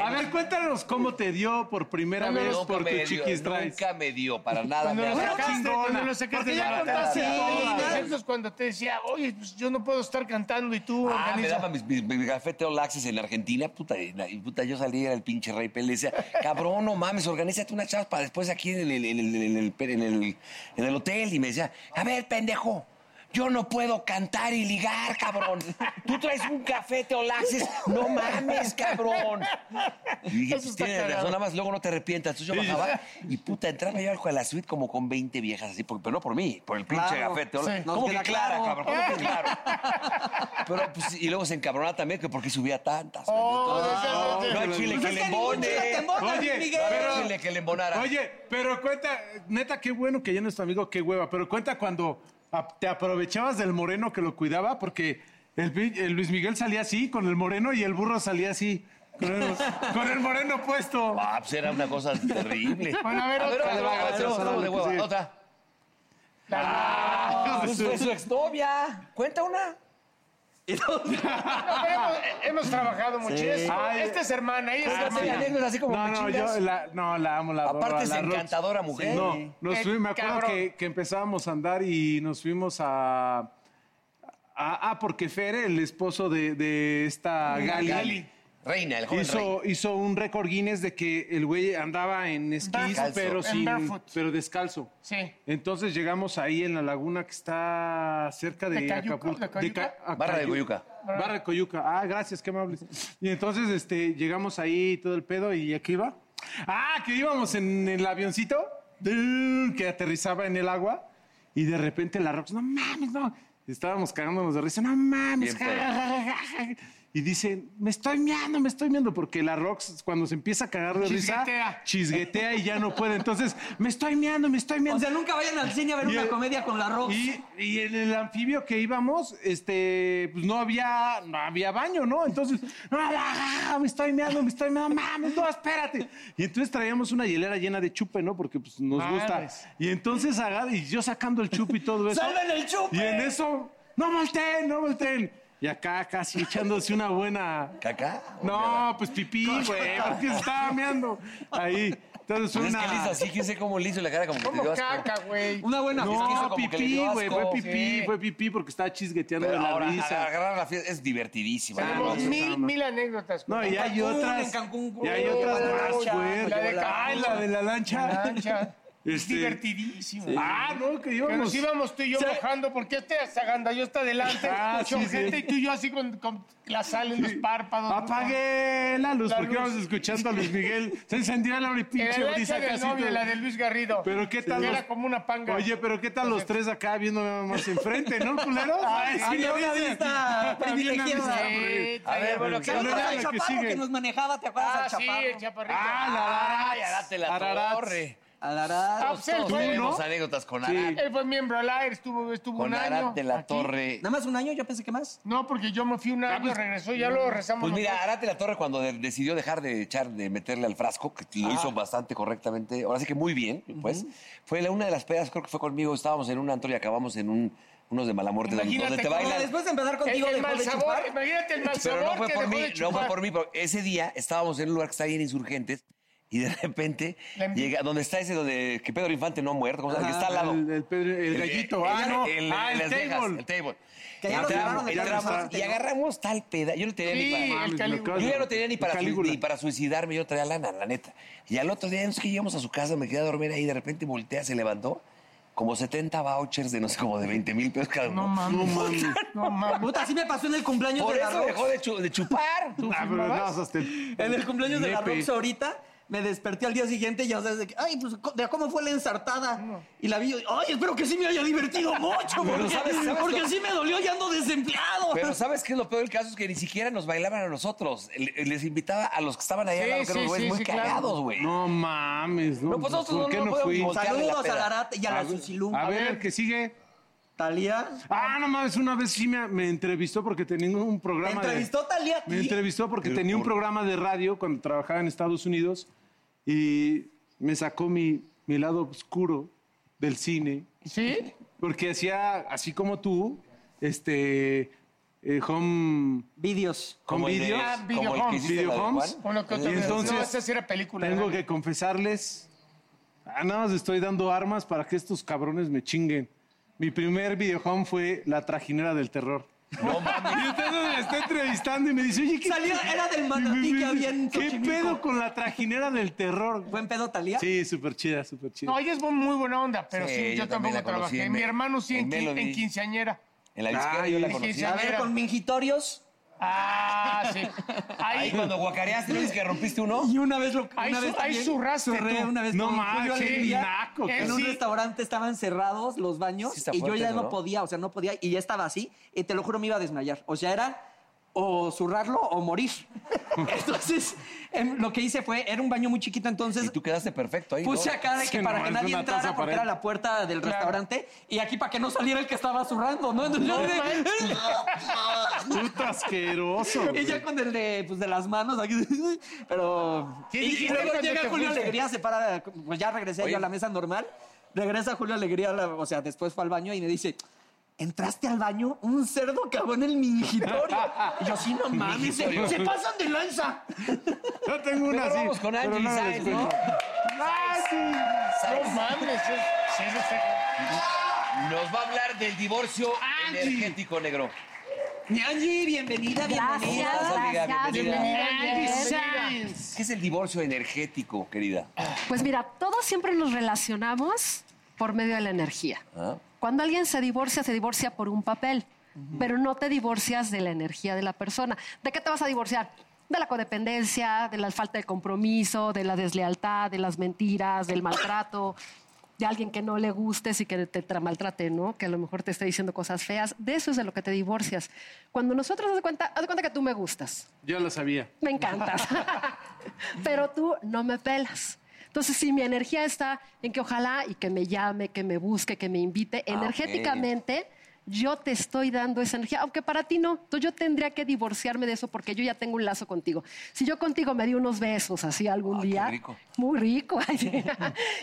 A ver, cuéntanos cómo te dio por primera vez
Nunca
por tu
me dio,
chiquis drive.
Nunca me dio, para nada.
Cuando
me
lo
agarró
sacaste,
chingona.
cuando lo sacaste
Porque
de
ya
la
contaste
batalla.
todo.
Todos los ejemplos cuando te decía, oye, pues yo no puedo estar cantando y tú
Ah, me
organiza".
daba mis, mis, mis gafete All Access en Argentina, puta, y, la- y puta, yo salía el pinche Rey Pelé,
*laughs*
le decía, cabrón, no mames, organízate una chavas para después aquí en el, en el- en el- en el- en el hotel. Y me decía, a ver, pendejo, yo no puedo cantar y ligar, cabrón. Tú traes un gafete All Access, no mames, cabrón. Y dije,
Eso
pues
está
tienes
cagado.
razón, nada más luego no te arrepientas. Entonces yo bajaba y puta, entraba yo a la suite como con 20 viejas así, porque- pero no por mí, por el pinche
Claro.
gafete. All-
Sí. Nos
¿Cómo que
queda
clara,
claro.
cabrón? ¿Cómo
*laughs*
que clara? Pero, pues, y luego se encabronaba también que porque subía
*laughs*
tantas.
Oh,
no hay
no,
chile
no,
que
no,
le
no,
embone.
no, no, no, no, no,
Oye,
no, Miguel.
no
pero-
hay chile que le embonara.
Oye, pero cuenta, neta, qué bueno que ya no es tu amigo, qué hueva, pero cuenta cuando a- te aprovechabas del moreno que lo cuidaba, porque el, pi- el Luis Miguel salía así con el moreno y el burro salía así. Con el, con el moreno puesto.
Ah, pues era una cosa terrible.
Bueno, a ver, otra.
otra, otra, otra, otra, de hueva, otra.
Ah,
pues fue su exnovia. Cuenta una.
Pues,
No, pero hemos, hemos trabajado
Sí.
muchísimo.
Ay.
Esta es hermana, ella
Ah,
es
sí.
hermana.
anécdotas así como No, no, pichingas. yo la- no, la amo, la adoro,
Aparte
a
es
la Rox.
encantadora mujer.
No, nos
Eh,
fuimos- me acuerdo
cabrón.
que, que empezábamos a andar y nos fuimos a. Ah, porque Fer, el esposo de, de esta Gali,
Gali. Reina, el joven
hizo, hizo un récord Guinness de que el güey andaba en esquís,
Descalzo.
pero,
En
sin,
barefoot.
pero descalzo.
Sí.
Entonces llegamos ahí en la laguna que está cerca de,
¿De Cayuca?
Acapulco.
¿De Cayuca?
Ca-
Barra de
Acayuca.
Coyuca.
Barra de Coyuca. Ah, gracias, qué amables. Y entonces este, llegamos ahí y todo el pedo y aquí iba. Ah, que íbamos en el avioncito ¡dum! que aterrizaba en el agua y de repente la Rox, no mames, no. Estábamos cagándonos de risa, no
Bien
mames. ja,
pedo.
ja, ja, ja, ja. Y dicen, me estoy miando, me estoy miando, porque la Rox cuando se empieza a cagar de risa,
Chisguetea.
chisguetea y ya no puede. Entonces, me estoy miando, me estoy miando.
O sea, nunca vayan al cine a ver
Y
una
el-
comedia con la Rox.
Y, y en el anfibio que íbamos, este, pues no había, no había baño, ¿no? Entonces, no, ah, me estoy meando, me estoy meando, mames, no, espérate. Y entonces traíamos una hielera llena de chupe, ¿no? Porque pues nos
Madres.
gusta. Y entonces agar- y yo sacando el chupe y todo eso.
¡Salven el chupe!
Y en eso, no volteen, no volteen. Y acá casi echándose una buena.
¿Caca?
*laughs* No, pues pipí, güey, porque se estaba meando. Ahí. Entonces
Pues es
una.
que le hizo así, quién sé cómo le hizo la cara como que te
Como
dio asco.
caca, güey.
Una buena
Es que hizo
No,
como que le
pipí,
dio
güey,
asco.
fue pipí,
Sí.
fue pipí porque estaba chisgueteando
Pero
de la
ahora,
risa.
agarrar la fiesta es divertidísima.
Tenemos mil, mil anécdotas.
No, y hay
Cancún,
otras-
en Cancún,
y hay
güey,
otras
la
más,
lancha,
güey.
La de Cancún.
Ay, la de la lancha.
La lancha. Es
Este-
divertidísimo.
Sí. Ah, no, que íbamos-
Que nos íbamos tú y yo
Sí.
bajando, porque este yo está adelante,
Ah,
escucho
sí, sí.
gente y tú y yo así con, con la sal en los párpados.
Apagué la luz
La
porque
luz.
íbamos escuchando a Luis Miguel. Se encendió la hora y
Que
pinche
la
brisa
lancha del
casi
novio,
todo.
la de Luis Garrido.
Pero qué tal
Que
los-
Era como una panga.
Oye, pero ¿qué tal los tres acá viéndome nada más enfrente, no, culero?
*laughs* Ay, sí,
no,
había una
sí.
vista
Había
*laughs*
una
privilegiada.
vista,
Sí,
eh,
hombre.
traía bueno,
pero
que
bueno,
no
ya
traía
la
el chaparro que,
sigue.
nos manejaba, ¿te acuerdas
Ah,
al
sí,
chaparro?
el chaparrito.
Ah, la
Ararat. la
Ararat.
torre.
Alarat.
Ah, pues él
Todos
fue-
tenemos anécdotas con
Sí.
Ararat.
Él fue miembro al aire, estuvo, estuvo
Con
un año.
Ararat de la
aquí.
Torre. Ah,
Nada más un año, yo pensé que más.
No, porque yo me fui un año, regresó, ya lo rezamos.
Pues mira,
nosotros.
Arate la Torre cuando de- decidió dejar de echar, de meterle al frasco, que
Ah.
lo hizo bastante correctamente, ahora sí que muy bien, pues, fue la- una de las pedas, creo que fue conmigo, estábamos en un antro y acabamos en un, unos de mala muerte, donde- donde te
cómo
bailan.
Después de empezar contigo,
el, el
dejó
mal
de
sabor,
chupar.
imagínate el mal sabor
Pero no fue
que
por
dejó
mí,
de
no
chupar.
fue por mí, pero ese día estábamos en un lugar que está ahí en Insurgentes y de *laughs* repente
La envidia.
llega donde está ese donde que Pedro Infante no ha muerto, ¿cómo se llama? El que
Ah,
está al lado.
El, el Pedro- el gallito, ah, no.
El,
ah, el,
Las
table.
Vegas, el table.
Que ya lo llevaron
Entramos,
de
entramos
Carlos
y agarramos tal peda. Yo no tenía
Sí,
ni para.
el Calígula.
Yo ya no tenía ni para, sui-
Calígula.
ni para suicidarme, yo traía lana, la neta. Y al otro día, no sé qué, llegamos a su casa, me quedé a dormir ahí, de repente voltea, se levantó, como 70 vouchers de no sé, como de 20 mil pesos cada uno.
No mames,
No mames.
no mames.
Puta, así me pasó en el cumpleaños
Por
de la
eso
Rox.
dejó de, chu- de chupar.
Ah, pero no, hasta el-
En el cumpleaños de la
nepe.
Rox ahorita, me desperté al día siguiente y ya sabes de que, ay, pues, co- de cómo fue la ensartada. Y la vi, ay, espero que sí me haya divertido mucho,
Pero
porque,
¿sabes- sabes
porque
lo-
sí me dolió y ando desempleado. *laughs*
Pero ¿sabes qué es lo peor del caso? Es que ni siquiera nos bailaban a nosotros. Le- Les invitaba a los que estaban
Sí,
allá al lado, que eran
sí,
unos güeyes
sí,
muy
sí, claro.
cagados, güey.
No mames, no.
No, pues nosotros
¿Por
no-
qué
no
no
podemos
fui?
voltear. voltearle la
Saludos a
peda.
Larate y a la Susilum.
A ver, el que sigue.
Talía.
Ah, no mames, una vez sí me, me entrevistó porque tenía un
¿Te
programa. de-
entrevistó Talía? a
me
ti?
entrevistó porque tenía un programa de radio cuando trabajaba en Estados Unidos y me sacó mi, mi lado oscuro del cine
¿Sí?
porque hacía, así como tú, este, eh, home,
Videos.
home
Como el de-
videos.
Ah, video
como el que
homes.
hiciste
Video
la de Juan.
homes.
Bueno, que
Y
otra vez.
entonces,
No, esa sí era película.
Tengo
¿verdad?
que confesarles, ah, nada más estoy dando armas para que estos cabrones me chinguen. Mi primer videohome fue La Trajinera del Terror. Y usted nos está entrevistando y me dice, oye, ¿qué
Salía- era del manatí que había en
¿Qué
Xochimilco.
pedo con La Trajinera del Terror?
¿Buen pedo, Talía?
Sí, súper chida, súper chida.
*laughs* No, ella es muy- muy buena onda, pero
Sí,
sí,
yo
yo,
también
tampoco
la conocí
trabajé.
en
Mi
Mel-
hermano sí
en
en, quin-
Melody.
en quinceañera.
En la disquera
Ay,
yo la
en
conocí.
A ver,
Mira.
con mingitorios.
Ah, sí.
Ahí
Ahí,
cuando guacareaste, ¿no dices que rompiste uno?
Y una
*laughs*
vez lo
Ahí
una
su-
vez
ahí
también
zurraste
zurré
tú.
una vez
No
con
mames,
Julio
qué
Alegría.
naco,
Eh,
en un
sí.
restaurante estaban cerrados los baños
Sí está
y yo
fuerte,
ya no
¿no?
podía, o sea, no podía y ya estaba así y te lo juro me iba a desmayar. O sea, era o zurrarlo o morir. *laughs* entonces, em, lo que hice fue, era un baño muy chiquito, entonces
Y tú quedaste perfecto ahí. ¿no?
puse acá de que
Sí,
para
no,
que
es
nadie
una taza
entrara porque
para
era
él.
la puerta del restaurante y aquí para que no saliera el que estaba zurrando, ¿no? Entonces, yo de- *laughs*
Puta asqueroso.
Y
güey.
ya con el de, pues, de las manos, aquí, *laughs* pero...
¿Qué
y, y
dijiste
luego
cuando
llega
te
Julio
fuiste?
Alegría, se para, pues ya regresé
Oye.
yo a la mesa normal, Regresa Julio Alegría, la- o sea, después fue al baño y me dice, ¿entraste al baño? Un cerdo acabó en el mingitorio. Y yo, sí,
*laughs*
no mames, se, se pasan de lanza.
Yo tengo
una así,
Vamos con
pero
Angie,
no la
¿sabes, no?
descuento.
¡Ay,
No mames, sí, sí, sí, sí.
Nos va a hablar del divorcio energético negro.
Mi Angie, bienvenida,
Gracias,
bienvenida.
amiga,
gracias,
bienvenida.
bienvenida.
Bienvenida. ¿Qué es el divorcio energético, querida?
Pues mira, todos siempre nos relacionamos por medio de la energía.
¿Ah?
Cuando alguien se divorcia, se divorcia por un papel, pero no te divorcias de la energía de la persona. ¿De qué te vas a divorciar? De la codependencia, de la falta de compromiso, de la deslealtad, de las mentiras, del maltrato, de alguien que no le gustes y que te tra- maltrate, ¿no? Que a lo mejor te esté diciendo cosas feas. De eso es de lo que te divorcias. Cuando nosotros haz de cuenta, haz de cuenta que tú me gustas
Ya lo sabía.
*laughs* me encantas, pero tú no me pelas. Entonces, si mi energía está en que ojalá y que me llame, que me busque, que me invite,
Ah, ok.
energéticamente yo te estoy dando esa energía, aunque para ti no. Entonces, yo tendría que divorciarme de eso porque yo ya tengo un lazo contigo. Si yo contigo me di unos besos así algún
Ah,
día,
rico.
muy rico. *laughs* ay, sí.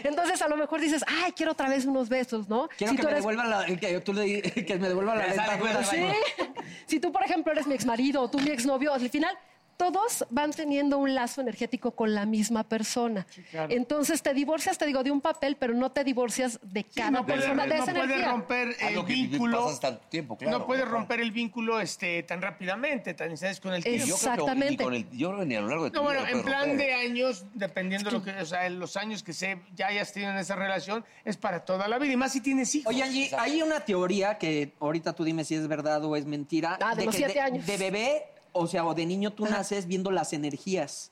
Entonces, a lo mejor dices, ay, quiero otra vez unos besos, ¿no?
Quiero
Si
que
tú
me
eres-
devuelva la, el que, tú le di- que me devuelva la
Ya
lenta.
sale, güey, Pues Sí. si tú, por ejemplo, eres mi exmarido o tú mi exnovio, al final todos van teniendo un lazo energético con la misma persona.
claro.
Entonces te divorcias, te digo, de un papel, pero no te divorcias de cada
no puede-
persona, de
no
esa
puede
energía.
romper
Ah,
el
lo que
vínculo.
pasas tanto tiempo, claro.
no puedes romper el vínculo este, tan rápidamente, tan necesarios con el tiempo.
Yo creo que ni con el- Yo creo que ni a lo largo de tu
No,
vida
bueno,
lo
en
puedes
plan
romper,
de
¿eh?
años, dependiendo lo que, o sea, en los años que se ya hayas tenido en esa relación, es para toda la vida. Y más si tienes hijos.
Oye, Angie, hay una teoría que ahorita tú dime si es verdad o es mentira.
Ah, de los
que
siete años.
De bebé, o sea, o de niño tú naces viendo las energías,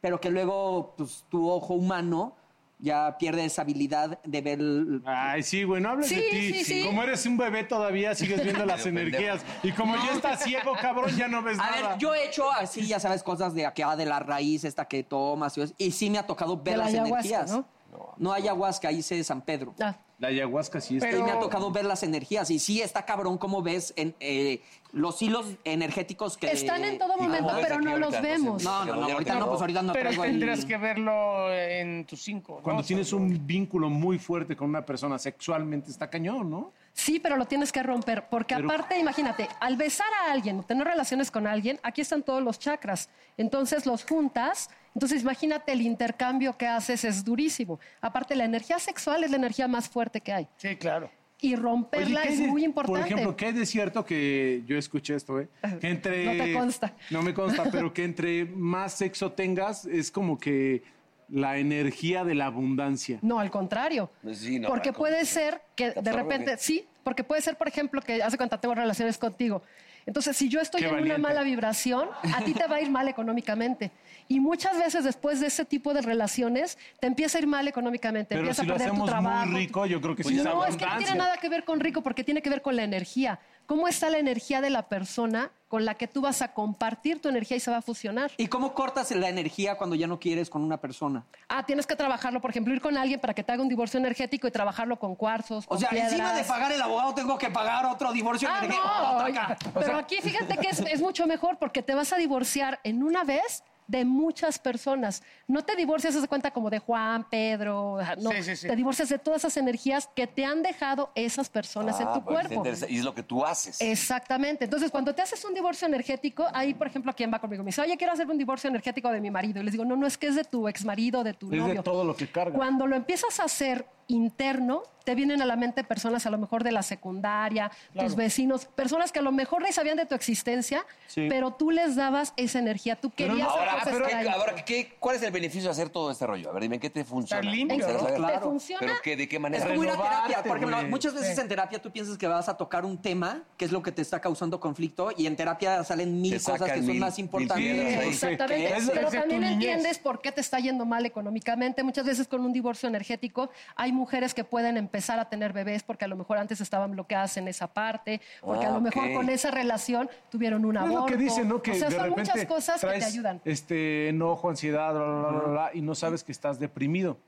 pero que luego pues, tu ojo humano ya pierde esa habilidad de ver... el-
Ay, sí, güey, no hables de
Sí,
ti.
sí, sí.
Como eres un bebé todavía, sigues viendo las
Medio
energías. Y como ya estás ciego, cabrón, ya no ves
A
nada.
ver, yo he hecho así, ya sabes, cosas de acá, de la raíz esta que tomas, y eso, y sí me ha tocado ver
De la
las
ayahuasca,
energías.
¿no?
No ayahuasca, hice San Pedro.
Ah.
La ayahuasca sí está.
Pero... me ha tocado ver las energías y sí está cabrón cómo ves en, eh, los hilos energéticos que...
Están en todo momento,
cómo ves
pero
aquí
no
ahorita,
los
sé,
vemos.
No, no, no, ahorita no, pues ahorita no
Pero
traigo ahí-
tendrás que verlo en tus cinco. ¿no?
Cuando
O sea,
tienes un vínculo muy fuerte con una persona sexualmente, está cañón, ¿no?
Sí, pero lo tienes que romper, porque
Pero-
aparte, imagínate, al besar a alguien, o tener relaciones con alguien, aquí están todos los chakras, entonces los juntas, entonces imagínate el intercambio que haces es durísimo. Aparte, la energía sexual es la energía más fuerte que hay.
Sí, claro.
Y
Oye,
romperla
¿qué
es
hay de-
muy importante.
Por ejemplo, ¿qué hay de cierto que yo escuché esto, eh? Que entre...
No te consta.
No me consta, pero que entre más sexo tengas, es como que la energía de la abundancia.
No, al contrario.
Sí, no,
porque
al
puede ser que
¿Te
de
absorbe o
repente,
qué?
sí, porque puede ser, por ejemplo, que hace cuenta tengo relaciones contigo. Entonces, si yo estoy
Qué
en
valiente.
una mala vibración, a ti te va a ir mal económicamente. Y muchas veces después de ese tipo de relaciones, te empieza a ir mal económicamente.
Pero
empieza
si
a
lo
perder tu
hacemos
trabajo.
muy rico, yo creo que sí es
Pues no, es que no
abundancia.
tiene nada que ver con rico, porque tiene que ver con la energía. ¿Cómo está la energía de la persona con la que tú vas a compartir tu energía y se va a fusionar?
¿Y cómo cortas la energía cuando ya no quieres con una persona?
Ah, tienes que trabajarlo, por ejemplo, ir con alguien para que te haga un divorcio energético y trabajarlo con cuarzos.
O sea, encima de pagar el abogado tengo que pagar otro divorcio
Ah,
energético.
no,
Otra
oye,
acá. O
pero
sea-
aquí fíjate que es, es mucho mejor porque te vas a divorciar en una vez de muchas personas. No te divorcias, haz de cuenta como de Juan, Pedro, ah, no.
Sí, sí, sí.
Te divorcias de todas esas energías que te han dejado esas personas en
Ah,
tu
pues, está
cuerpo.
interesante. Y es lo que tú haces.
Exactamente. Entonces, cuando te haces un divorcio energético, ahí, por ejemplo, quien va conmigo me dice, oye, quiero hacer un divorcio energético de mi marido. Y les digo, no, no, es que es de tu exmarido, de tu
Es
novio.
de todo lo que cargas.
Cuando lo empiezas a hacer interno, te vienen a la mente personas a lo mejor de la secundaria,
Claro.
tus vecinos, personas que a lo mejor ni sabían de tu existencia,
Sí.
pero tú les dabas esa energía, tú querías
ahora,
entonces
pero,
estar ahí.
ahora, ¿qué- ¿cuál es el beneficio de hacer todo este rollo? A ver, dime, ¿qué te funciona?
limpio,
Quisiera
¿no?
saber.
Claro. Te funciona-
¿Pero qué, de qué manera?
Es como ir a terapia. Por ejemplo,
güey.
muchas veces
Sí.
en terapia tú piensas que vas a tocar un tema que es lo que te está causando conflicto y en terapia salen mil
Te
cosas que
sacan
son
mil-
más
mil
importantes.
piedras ahí.
Exactamente,
Es-
pero
es de tu
también
niñez.
entiendes por qué te está yendo mal económicamente. Muchas veces con un divorcio energético hay mujeres que pueden empezar a tener bebés porque a lo mejor antes estaban bloqueadas en esa parte, porque
Ah,
a lo mejor
ok.
con esa relación tuvieron un
Es
aborto.
lo que dicen, ¿no? Que
o sea,
de
son
repente
muchas cosas que te
traes,
ayudan.
Este enojo, ansiedad, bla, bla, bla, bla, bla, y no sabes que estás deprimido.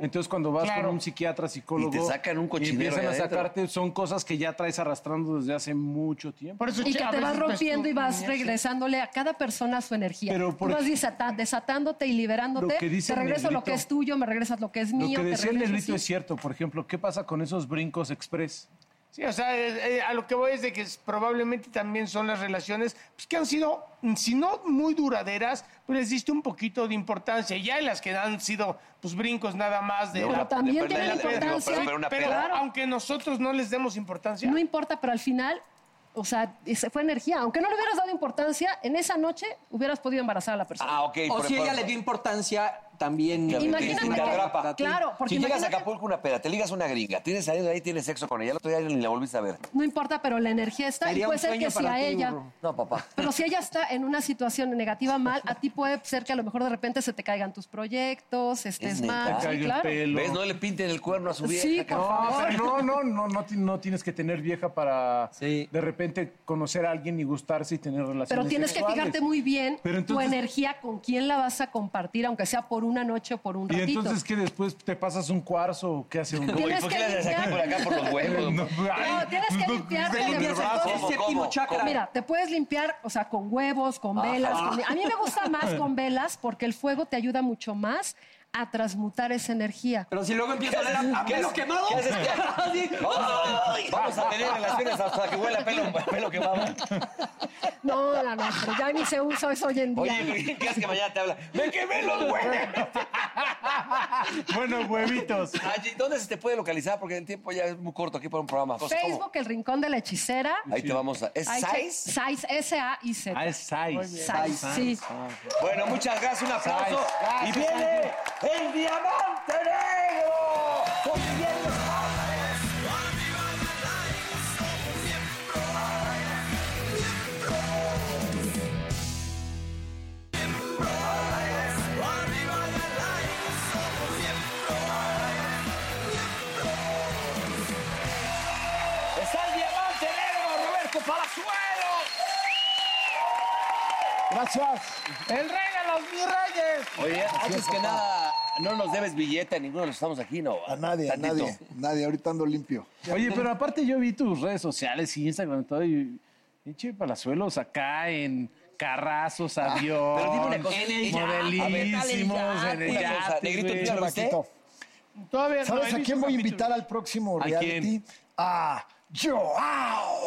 Entonces, cuando vas
Claro.
con un psiquiatra, psicólogo.
Y te sacan un
y
cochinero
empiezan
ahí
a
adentro.
sacarte, son cosas que ya traes arrastrando desde hace mucho tiempo.
y que te vas rompiendo y vas regresándole a cada persona su energía.
Pero,
Tú
por
vas
ej-
desata- desatándote y liberándote.
Lo que dice
te
el
regreso lo que
negrito.
es tuyo, me regresas lo que es
Lo
mío.
que
te
decía el
regreso
negrito
así.
es cierto. Por ejemplo, ¿qué pasa con esos brincos express?
Sí, o sea, eh, eh, a lo que voy es de que es- probablemente también son las relaciones pues, que han sido, mm, si no muy duraderas, pues les diste un poquito de importancia. Ya en las que han sido pues brincos nada más de
Pero
la-
también
de
tienen
la- de la-
importancia. Pero- pero una
Pero
peda.
aunque nosotros no les demos importancia.
No importa, pero al final, o sea, ese fue energía. Aunque no le hubieras dado importancia, en esa noche hubieras podido embarazar a la persona.
Ah, ok.
O
por-
si
por-
ella le dio importancia, también.
Claro,
Imagínate
te- te
que-
atrapa.
claro,
si
porque
llegas a
imagínate-
Acapulco una peda, te ligas a una gringa, tienes salido de ahí, tienes sexo con ella, el otro día ni la volviste a ver.
No importa, pero la energía está. Y
Sería
puede
un
ser
sueño
que si
para
a
ti,
ella.
burro. No, *laughs* papá.
Pero si ella está en una situación negativa mal, a ti puede ser que a lo mejor de repente se te caigan tus proyectos, estés mal. Sí, claro.
¿Ves? No le pinten el cuerno a su vieja.
no,
cabrón.
pero no, no, no, no, ti- no tienes que tener vieja para de repente conocer a alguien y gustarse y tener relaciones.
Pero tienes que
sexuales.
fijarte muy bien
Pero entonces-
tu energía, con quién la vas a compartir, aunque sea por una noche o por un
Y
ratito.
entonces que después te pasas un cuarzo o qué hace un
Tienes ¿Y por qué que le haces aquí limpiar. por acá por los huevos?
*laughs* No,
No, tienes
Pues,
que limpiarte. de verdad. Mira, te puedes limpiar, o sea, con huevos, con
Ajá.
velas. con- A mí me
*laughs*
gusta más con velas porque el fuego te ayuda mucho más a transmutar esa energía.
Pero si luego empieza a oler a
¿Qué
pelo
haces?
quemado.
¿Qué haces? *laughs*
Así.
Vamos a, vamos a tener relaciones hasta que huela pelo, pelo quemado.
No, no, no, pero ya ni se usa eso hoy en día.
Oye,
*laughs*
¿qué haces que mañana te habla? ¡Me quemé *laughs* los huevos!
bueno, huevitos.
¿Dónde se te puede localizar? Porque el tiempo ya es muy corto aquí para un programa. Entonces, Pues, ¿cómo?
Facebook, El Rincón de la Hechicera.
Ahí te vamos a... ¿Es
Ahí
Sais?
che- Sais, S-A-I-Z.
Ah, es Sais.
Muy bien. Sais,
Sais.
sí.
Bueno, muchas gracias, un aplauso.
Gracias,
y viene el diamante negro. Consiguiendo- Está el diamante negro, Roberto Palazuelos.
Gracias. El rey de los mis reyes.
Oye, antes que nada, no nos debes billete a ninguno de los que estamos aquí, ¿no?
A nadie, a
Tantito.
nadie, nadie. Ahorita ando limpio.
Oye, pero aparte yo vi tus redes sociales y Instagram y todo, y pinche palazuelos acá en carrazos, avión,
Ah, pero dime una cosa, en el yate,
modelísimos,
¿qué tal
en
el
el
yate,
yate,
negrito,
güey.
¿tú ya lo viste?
Todavía no,
¿Sabes
he
a
visto
quién voy a invitar al próximo
¿A
reality?
quién?
A Joao.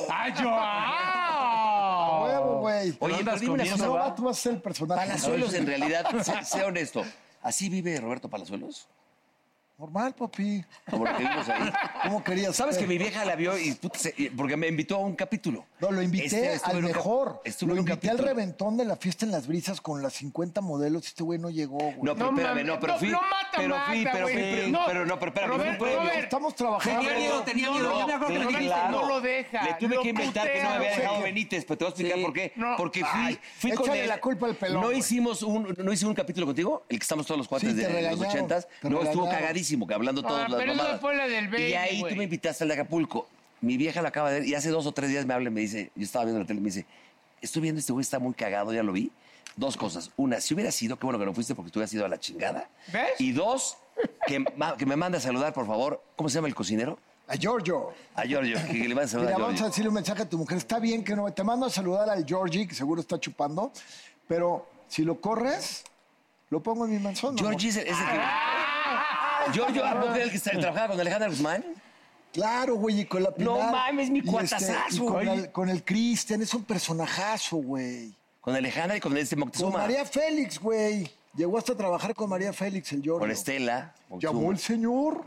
¡A Joao!
A huevo, güey.
Oye, pero dime una cosa,
No,
va.
tú vas a ser el personaje.
Palazuelos, en realidad,
*laughs*
sé, sé honesto. ¿Así vive Roberto Palazuelos?
Normal, papi.
Como lo que vimos ahí.
¿Cómo querías?
¿Sabes que
ser?
mi vieja la vio y puta, se- y- porque me invitó a un capítulo?
No, lo invité
Este, estuve
al
en un cap-
mejor.
estuve
Lo
en un
invité al
capítulo.
reventón de la fiesta en las brisas con las 50 modelos. Este güey no llegó, güey.
No, pero espérame, no, pero fui. pero fui, pero fui, pero, pero no, pero espérame, fue un premio.
Estamos trabajando.
Tenía miedo, tenía miedo. Yo me acuerdo que le dije, no lo
deja.
Le tuve
lo
que inventar que no
putea,
me había
no sé
dejado
qué.
Benítez, pero te voy a explicar
Sí.
por qué.
No.
Porque fui,
Ay,
fui con
échale
él.
la culpa al pelón,
No
güey.
hicimos un, no hice un capítulo contigo, el que estamos todos los cuates
Sí, te
de los
regañaron,
ochentas.
te
No, estuvo
regañaron.
cagadísimo, que hablando
Ah,
todos las
pero eso
mamadas.
fue la del
Y
baby,
ahí
güey.
tú me invitaste al de Acapulco. Mi vieja lo acaba de ver y hace dos o tres días me habla y me dice, yo estaba viendo la tele y me dice, estoy viendo este güey, está muy cagado, ya lo vi. Dos cosas. Una, si hubiera sido, qué bueno que no fuiste porque tú hubieras ido a la chingada. Y dos, que, ma- que me mande a saludar, por favor. ¿Cómo se llama el cocinero?
A Giorgio.
A Giorgio, que que le mande a saludar
Mira,
a Giorgio.
vamos a decirle un mensaje a tu mujer. Está bien que no. Te mando a saludar al Georgie, que seguro está chupando. Pero si lo corres, lo pongo en mi manzón.
Georgie es el- es el que-
Ah.
Giorgio, ¿a poco era el que está- trabajaba con Alejandra Guzmán?
Claro, güey, y con la
No
Pilar.
mames,
Y,
mi
este,
cuatazazo,
y con,
güey.
el, con el Cristian, es un personajazo, güey.
Con Alejandra y con este
Con
Moctezuma.
María Félix, güey. Llegó hasta a trabajar con María Félix, el George.
Con este Estela.
Llamó el señor.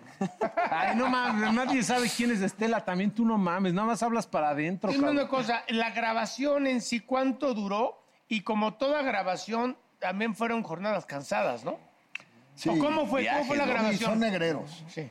Ay, no mames, nadie sabe quién es Estela, también tú no mames, nada más hablas para adentro,
Dime
cabrón.
una cosa, la grabación en sí, ¿cuánto duró? Y como toda grabación, también fueron jornadas cansadas, ¿no? ¿O ¿Cómo fue? ¿Cómo fue la grabación?
Sí, son negreros.
Sí.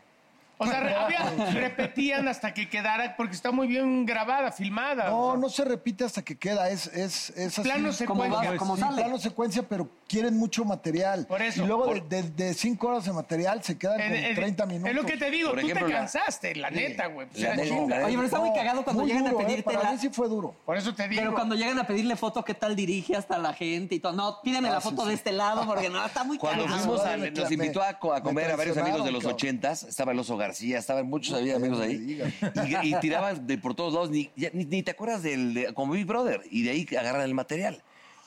O sea, re-
*laughs*
había- repetían hasta que quedara, porque está muy bien grabada, filmada.
No, no se repite hasta que queda, es, es, es así.
Plano Como secuencia. va, como
Sí,
sale.
plano secuencia, pero quieren mucho material.
Por eso,
Y luego
por-
de, de- de cinco horas de material se quedan
En-
con
en-
30 minutos.
Es lo que te digo,
Por
tú
ejemplo,
te
la-
cansaste, la
Sí.
neta, güey. pues
La
era
del-
chinga.
la del-
Oye, pero está muy cagado cuando
muy
llegan
duro,
a
¿eh?
pedirte
Para
la-
mí sí fue duro.
Por eso te digo.
Pero cuando llegan a pedirle foto, ¿qué tal dirige hasta la gente y todo? No, pídeme la
Ah, sí,
foto
sí.
de este lado porque no, está muy
Cuando
cagado.
fuimos, a-
Me-
nos invitó a, co- a
me
comer a varios amigos de
traicionaron,
los
cabrón.
ochentas. Estaba el Oso García, estaban muchos amigos ahí. Y, y tiraban de por todos lados. Ni, ya- ni- ni te acuerdas del de- como Big Brother. Y de ahí agarran el material.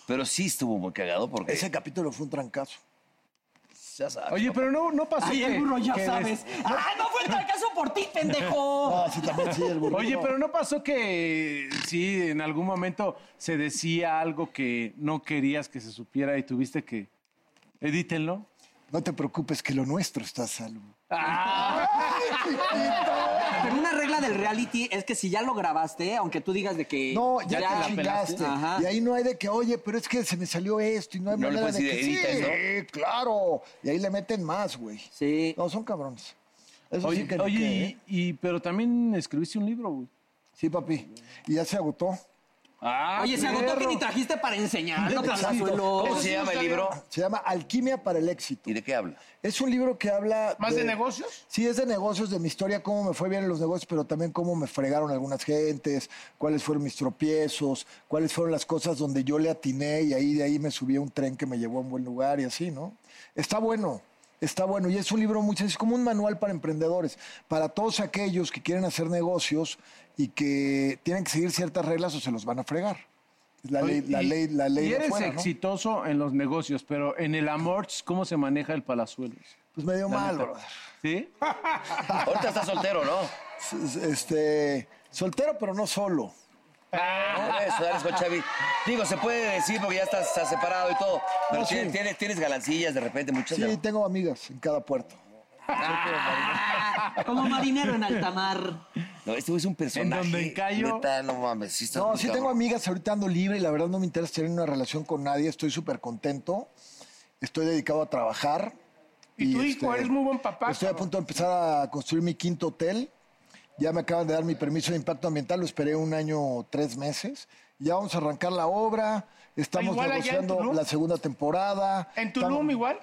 Pero sí estuvo muy cagado porque...
Ese capítulo fue un trancazo.
Ya sabes.
Oye, pero no, no pasó.
Ay, el
que-
burro, ya
que des-
sabes. ¡Ah, no fue el fracaso por ti,
*laughs*
pendejo!
Ah,
Oye, pero no pasó que sí, en algún momento se decía algo que no querías que se supiera y tuviste que edítenlo.
No te preocupes, que lo nuestro está a salvo.
Pero una regla del reality es que si ya lo grabaste, aunque tú digas de que...
No, ya, te chingaste.
Ajá.
Y ahí no hay de que, oye, pero es que se me salió esto y no hay
No le
manera
puedes
de que
decir,
sí,
"Edita
sí, claro. Y ahí le meten más, güey.
Sí.
No, son cabrones. Eso
oye,
sí que ni
oye,
qué,
y-
¿eh?
y, pero también escribiste un libro, güey.
Sí, papi. Y ya se agotó.
Oye, se agotó que ni trajiste para enseñarlo, Palazuelo.
Se llama Alquimia para el éxito.
¿Y de qué habla?
Es un libro que habla...
¿Más de negocios?
Sí, es de negocios, de mi historia, cómo me fue bien en los negocios, pero también cómo me fregaron algunas gentes, cuáles fueron mis tropiezos, cuáles fueron las cosas donde yo le atiné y ahí de ahí me subí a un tren que me llevó a un buen lugar y así, ¿no? Está bueno, está bueno. Y es un libro muy sencillo, es como un manual para emprendedores, para todos aquellos que quieren hacer negocios y que tienen que seguir ciertas reglas o se los van a fregar. Es la
Oye,
ley, la
y-
ley, la ley
y
de
eres
afuera, ¿no?
exitoso en los negocios, pero en el amor, ¿cómo se maneja el palazuelos?
Pues medio
La
mal,
neta.
brother.
¿Sí?
Ahorita estás soltero, ¿no?
*laughs*
S- *laughs* Este, soltero, pero no solo.
Ah.
Por Eso, dale con Xavi. Digo, se puede decir porque ya estás, estás separado y todo. Pero
No, sí.
tienes, tienes, tienes galancillas de repente, muchas.
Sí, tengo amigas en cada puerto.
Como marinero en alta mar.
No, esto es un personaje.
donde encallo?
neta, no mames, sí estás
No,
muy
sí tengo
cabrón.
amigas, ahorita ando libre y la verdad no me interesa tener una relación con nadie, estoy súper contento, estoy dedicado a trabajar. este,
Y tu hijo, eres muy buen papá,
Estoy a
cabrón.
punto de empezar a construir mi quinto hotel, ya me acaban de dar mi permiso de impacto ambiental, lo esperé un año, tres meses, ya vamos a arrancar la obra, estamos
Igual allá en
negociando
Tulum.
la segunda temporada.
¿En Tulum igual?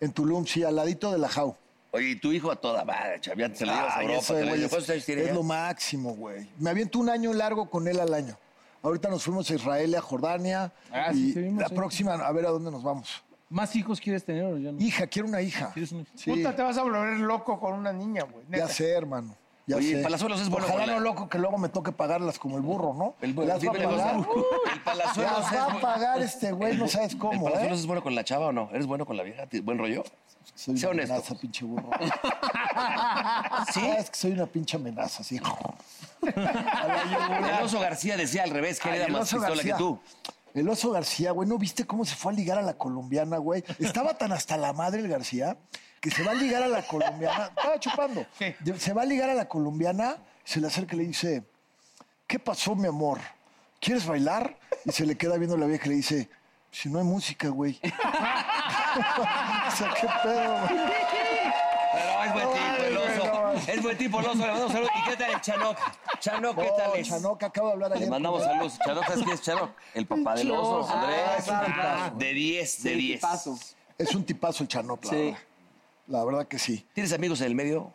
En Tulum, sí, al ladito de la Jau.
Oye, y tu hijo a toda madre, Xavi, antes se lo llevas a
Ay,
Europa.
eso,
te lo
güey,
llevas-
es-
¿Cuántos años tiene
Es
ya?
lo máximo, güey. Me aviento un año largo con él al año. Ahorita nos fuimos a Israel, a Jordania.
Ah,
y
sí, sí, vimos,
la
sí.
próxima, a ver a dónde nos vamos.
¿Más hijos quieres tener o ya no?
Hija, quiero una hija. Sí.
Puta, te vas a volver loco con una niña, güey.
Ya sé, hermano. Ya
Oye,
sé.
Palazuelos es bueno
Ojalá
con la-
no loco que luego me toque papagarlas como el burro, ¿no?
El burro,
Las va a
dímele,
pagar.
Gonzalo. El Palazuelos
Las
es
va a
bueno.
pagar este güey, no sabes
¿El
cómo,
Palazuelos
¿eh?
es bueno con la chava o no? ¿Eres bueno con la vieja? ¿Ti- ¿Buen rollo?
Soy
sea
una
honesto.
amenaza, pinche burro. ¿Sí?
*laughs*
Ah, Es que soy una pinche amenaza, sí.
*laughs* El oso García decía al revés que él
Ay,
era
el
más
Oso
pistola
García.
que tú.
El oso García, güey, ¿no viste cómo se fue a ligar a la colombiana, güey? Estaba tan hasta la madre el García que se va a ligar a la colombiana. Estaba chupando. Se va a ligar a la colombiana, se le acerca y le dice, ¿qué pasó, mi amor? ¿Quieres bailar? Y se le queda viendo la vieja y le dice, si no hay música, güey. o sea, qué pedo, güey.
Pero es buen tipo el
Ay, güey,
oso.
no.
Es buen tipo el oso. Le mandamos saludos. ¿Y qué tal el Chanoc? Chanoc, ¿qué tal
No,
es?
Chanoc, acabo de hablar ayer.
Le mandamos
con él.
saludos. Chanoc, ¿sabes quién es Chanoc? El papá del oso,
Ah,
Andrés.
es un tipazo.
de 10, de
Sí,
10.
tipazo. Es un tipazo el Chanoc, la
Sí.
verdad. La verdad que sí.
¿Tienes amigos en el medio?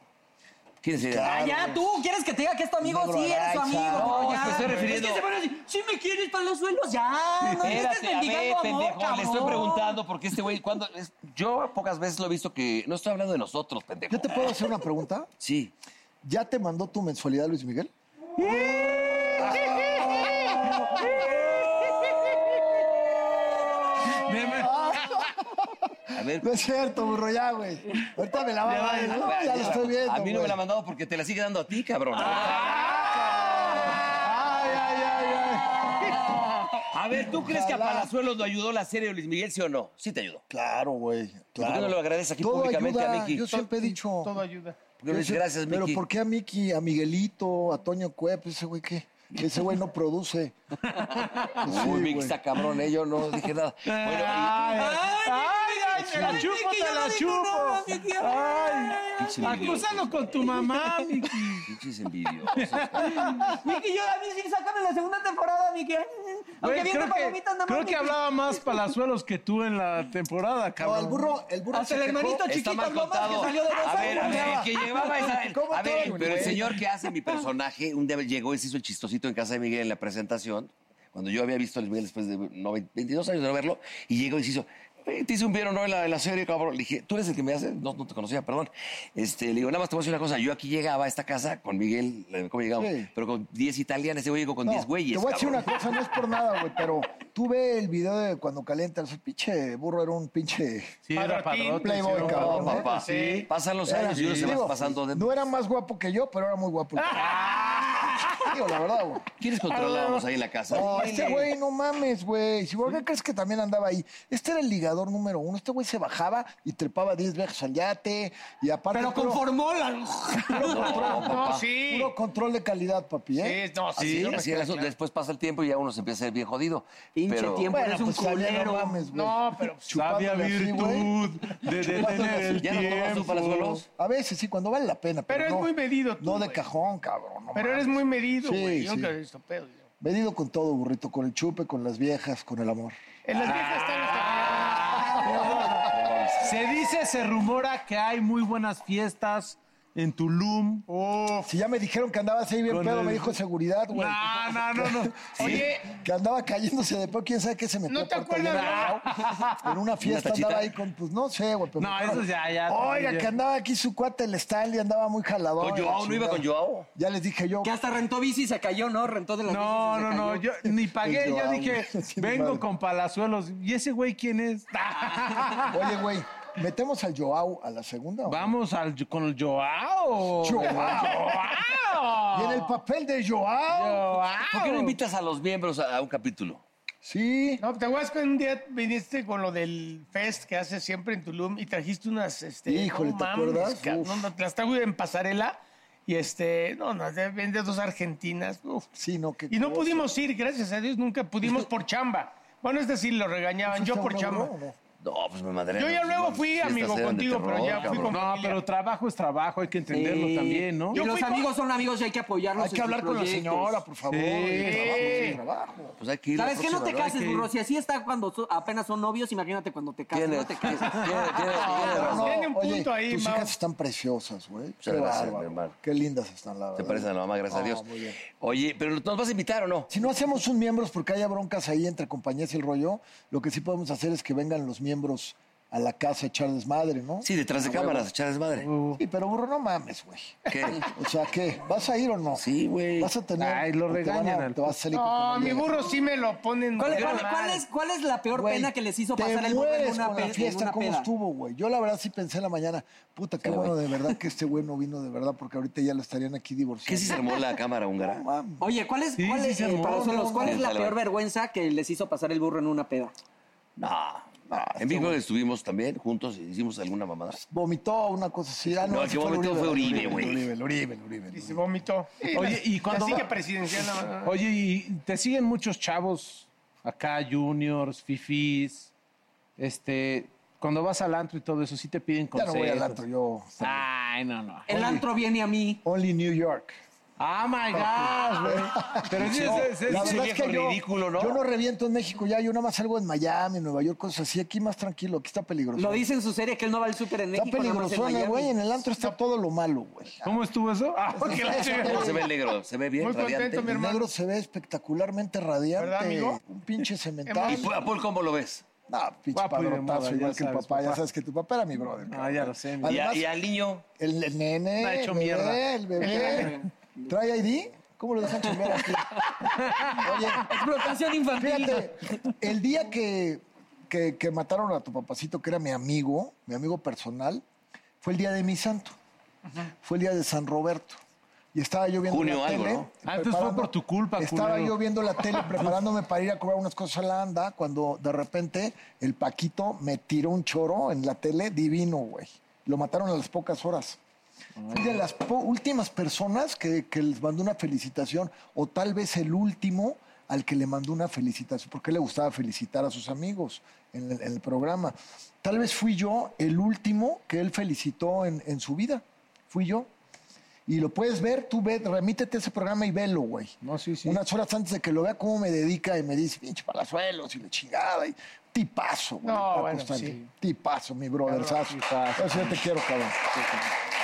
¿Quieres ir?
Ah, ya, tú, ¿quieres que te diga que es tu amigo?
Oh,
Negro
Sí, eres su
Araiza.
amigo.
No,
ya.
es que estoy refiriendo-
Es que se van a decir, sí me quieres, Palazuelos,
Ah,
ya. No me estés
Espérate, a ver,
mendigando amor,
pendejo, le estoy
cabrón. *laughs*
preguntando porque este güey, cuando yo pocas veces lo he visto que no estoy hablando de nosotros, pendejo.
¿Yo te puedo hacer una pregunta?
Sí.
¿Ya te mandó tu mensualidad, Luis Miguel?
Ah,
A ver.
*laughs* No es cierto, burro, ya, güey. Ahorita me la va a dar. ¿no? Ya, lo estoy viendo.
A mí no me
güey. Ah,
la ha mandado porque te la sigue dando a ti, cabrón.
Ay, ay, ay, ay.
A ver, ¿tú crees que a
Ojalá.
Palazuelos lo ayudó la serie de Luis Miguel, sí o no? Sí te ayudó.
Claro, güey.
¿Por qué no
claro.
lo agradeces aquí
Todo
públicamente
ayuda,
a Miki?
Yo
*laughs*
siempre he dicho.
Todo ayuda.
Porque le dices,
Yo sé-
gracias,
Pero
Miki.
¿por qué a Miki, a Miguelito, a Toño Cuep, ese güey qué? Ese güey no produce.
Uy, Miki está cabrón, ¿eh? Yo no dije nada. Bueno,
Ay, ay, ay, La chupo, te la chupo.
Pinches
Ay,
envidiosos.
acúsalo con tu mamá, Miki.
Pinches envidiosos.
Miki, yo a mí sí, sácame la segunda temporada, Miki. Aunque
Güey,
viendo
creo que,
palomitas, nada más.
creo que
Miki.
hablaba más palazuelos que tú en la temporada, cabrón.
el burro- el burro Hasta se el quejó. hermanito
Está
chiquito,
mal
no más, que
contado.
salió de dos
A ver, a
años.
ver, el que llevaba esa- el-
¿Cómo
A ver,
todo,
pero el
güey?
señor que hace mi personaje, un día llegó y se hizo el chistosito en casa de Miguel en la presentación, cuando yo había visto a Luis Miguel después de no, 22 años de no verlo, y llegó y se hizo. "Eh, Te hice un vieron ¿no? en la, en la serie, cabrón. Le dije, tú eres el que me hace. No, no te conocía, perdón. Este, le digo, nada más te voy a decir una cosa. Yo aquí llegaba a esta casa con Miguel, eh, ¿cómo llegamos?
Sí.
Pero con 10 italianos, ese güey llegó con
No,
10 güeyes.
Te voy a decir
cabrón.
una cosa, no es por nada, güey, pero tú ve el video de cuando calienta, ese pinche burro era un pinche.
Sí, era padrote,
Un playboy,
sí, era
cabrón.
padrote,
¿eh?
papá.
Sí.
Pasan los
Era-
años y uno se
digo,
va pasando de.
No era más guapo que yo, pero era muy
*laughs*
guapo. Digo, la verdad, güey.
¿Quiénes controlábamos ahí en la casa?
No, este güey, no mames, güey. Si por qué crees que también andaba ahí. Este era el ligador número uno. Este güey se bajaba y trepaba 10 veces al yate. Y aparte.
Pero con
puro-
formola.
Puro
*laughs* No,
control,
papá.
Puro control de calidad, papi, ¿eh?
Sí, no,
Así, así era eso. después pasa el tiempo y ya uno se empieza a ser bien jodido.
Pinche
pero...
tiempo,
Bueno,
eres un
pues, sabía, no pues,
culero.
mames, güey.
No, pero
Sabia
Chupándole así, güey.
virtud de detener el
¿Ya no tomas tú para
tiempo.
solos?
A veces sí, cuando vale la pena. Pero,
Pero es
no,
muy medido tú,
No de
güey.
cajón, cabrón. no
Pero eres
mames.
muy medido,
Sí,
güey. Yo
sí.
nunca he visto pedo. yo.
Medido con todo, burrito. Con el chupe, con las viejas, con el amor.
En las viejas están
Se dice, se rumora que hay muy buenas fiestas en Tulum.
Si ya me dijeron que andabas ahí bien
Con
pedo,
el-
me dijo seguridad, güey.
No, no, no,
*laughs*
no.
Oye,
Que andaba cayéndose de pedo, quién sabe qué se metió.
¿No te
aparte,
acuerdas,
allá En en una fiesta
tachita?
andaba ahí con, pues no sé, güey. pero-
No, eso ya, ya.
Oiga,
ya.
que andaba aquí su cuate, el Stanley, andaba muy jalador.
¿Con Joao? ¿No iba con Joao?
Ya les dije yo.
Que hasta rentó bici y se cayó, ¿no? Rentó de las
No,
bicis y
no,
se
no,
cayó.
yo ni pagué,
El
yo
Joao,
dije,
güey, sí,
vengo
madre. Ah,
con palazuelos. ¿Y ese güey quién es?
*laughs* Oye, güey, ¿metemos al Joao a la segunda? o no?
Vamos al, con el Joao.
Y en el papel de Joao.
¿Por qué no invitas a los miembros a, a un capítulo?
Sí.
No, te acuerdas que un día viniste con lo del fest que haces siempre en Tulum y trajiste unas, este,
Híjole,
no
¿te
mames,
acuerdas?
ca-
Uf.
No, no, las traigo en pasarela y este, no, no, de- vende dos argentinas, uf.
Sí, no, qué
Y no
cosa.
pudimos ir, gracias a Dios, nunca pudimos por chamba. Bueno, es decir, lo regañaban, yo
¿Está
por
uno,
chamba.
bro, o no?
No, pues me madre.
Yo ya luego fui, amigo, contigo, pero ya fui con-
No, pero trabajo es trabajo, hay que entenderlo
Sí.
también, ¿no?
Y
Yo
los
fui con-
amigos son amigos y hay que apoyarlos.
Hay
en
que
sus
hablar con la
proyectos.
señora, por favor.
Sí.
El trabajo es el trabajo.
Pues hay que ir la
¿Sabes qué? No te
próxima,
cases,
que-
burro. Si así está cuando so- apenas son novios, imagínate cuando te cases.
Tiene-
No te cases.
*laughs* Tiene, tiene, tiene
Pero
razón.
no,
Tiene un
oye,
punto ahí,
Tus
Mau.
hijas están preciosas, güey. Qué
Muchas gracias,
bárbaro.
mi hermano.
Qué lindas están, la verdad.
Te parece a la mamá, gracias a
No,
Dios.
muy bien.
Oye, pero ¿nos vas a invitar o no?
Si no hacemos un miembros porque haya broncas ahí entre compañías y el rollo, lo que sí podemos hacer es que vengan los miembros a la casa a echar desmadre, ¿no? Uh.
Sí, detrás de cámaras, echar desmadre.
Sí, pero burro, no mames, güey.
¿Qué?
*laughs* O sea, ¿qué? ¿Vas a ir o no?
Sí, güey.
Vas a tener.
Ay, lo
o te van a-
regañan al-
Te vas a salir
No,
con
mi burro sí me lo ponen.
¿Cuál,
de
cuál-
mal.
cuál es, cuál es la peor
Güey,
pena que les hizo
te
pasar el burro en
mueres
una,
con
pe-
la
en
fiesta,
una
¿cómo
peda?
estuvo, güey? Yo la verdad sí pensé en la mañana, puta, qué
Sí,
bueno
güey.
de verdad que este güey no vino de verdad porque ahorita ya lo estarían aquí divorciando.
¿Qué si se armó la cámara húngara?
No mames.
Oye, ¿cuál es,
Sí,
cuál
sí
es,
se
eh,
armó.
para los solos, cuál
Sí,
es la
sale,
peor
vale.
vergüenza que les hizo pasar el burro en una peda?
No. Ah,
Ah,
En Big Brother estuvimos también juntos y hicimos
*laughs*
alguna mamada.
Vomitó una cosa así. Ah, no,
No, el
ese
que vomitó fue Uribe, güey.
Uribe, el Uribe, el Uribe. el
Y se
Uribe.
vomitó.
Oye, y cuando
pues, Así
va-
que
*laughs*
presidencial. no, no, no.
Oye, y te siguen muchos chavos acá, juniors, fifis, este, cuando vas al antro y todo eso, sí te piden
Ya no
consejos.
voy al antro, yo.
Ay, no, no.
El antro viene a mí.
Only New York.
Ah, my gosh, güey. Pero sí,
Oh, No,
es- es- es-
la
es-
verdad es que yo,
ridículo, ¿no?
yo no reviento en México ya, yo nada más salgo en Miami, en Nueva York, cosas así, aquí más tranquilo, aquí está peligroso.
Lo dice en su serie que él no va al súper en
está
México. nada más en
peligroso,
Miami.
güey, en el antro está todo lo malo, güey.
¿Cómo estuvo eso? Ah, que la chingada.
No *laughs* se ve negro, se ve bien,
Muy
radiante.
contento, mi
El
hermano.
negro se ve espectacularmente radiante.
¿Verdad, amigo?
Un pinche
¿Y pues,
cemental.
Paul- a Paul cómo lo ves?
Ah, pinche
Guapo y de
padrotazo,
moda,
igual
ya
que el
sabes,
papá. Ya
papá.
sabes que tu papá era mi brother.
Ah,
cabrón.
ya lo sé. mi-
Y, a-
Además-
y al niño.
El, el nene.
Está hecho
el bebé,
mierda.
El
*laughs*
bebé. ¿Trae ID? ¿Cómo lo dejan comer aquí? Oye,
Explotación infantil.
Fíjate, el día que, que- que mataron a tu papacito, que era mi amigo, mi amigo personal, fue el día de mi santo. Fue el día de San Roberto. Y estaba yo viendo
Junio
la
algo,
tele.
¿no?
Ah, entonces fue
preparando-
por tu culpa,
Estaba
culero.
yo viendo la tele preparándome para ir a cobrar unas cosas a la anda cuando de repente el Paquito me tiró un choro en la tele divino, güey. Lo mataron a las pocas horas. Fui de las po- últimas personas que, que les mandó una felicitación, o tal vez el último al que le mandó una felicitación, porque le gustaba felicitar a sus amigos en el, en el programa. Tal vez fui yo el último que él felicitó en, en su vida. Fui yo. Y lo puedes ver, tú ve, remítete a ese programa y velo, güey. Unas horas antes de que lo vea, cómo me dedica y me dice, pinche palazuelos y la chingada. Y tipazo, güey.
No,
Paco
bueno,
Stanley.
sí.
Tipazo, mi brother. sazo. Eso yo te quiero, cabrón.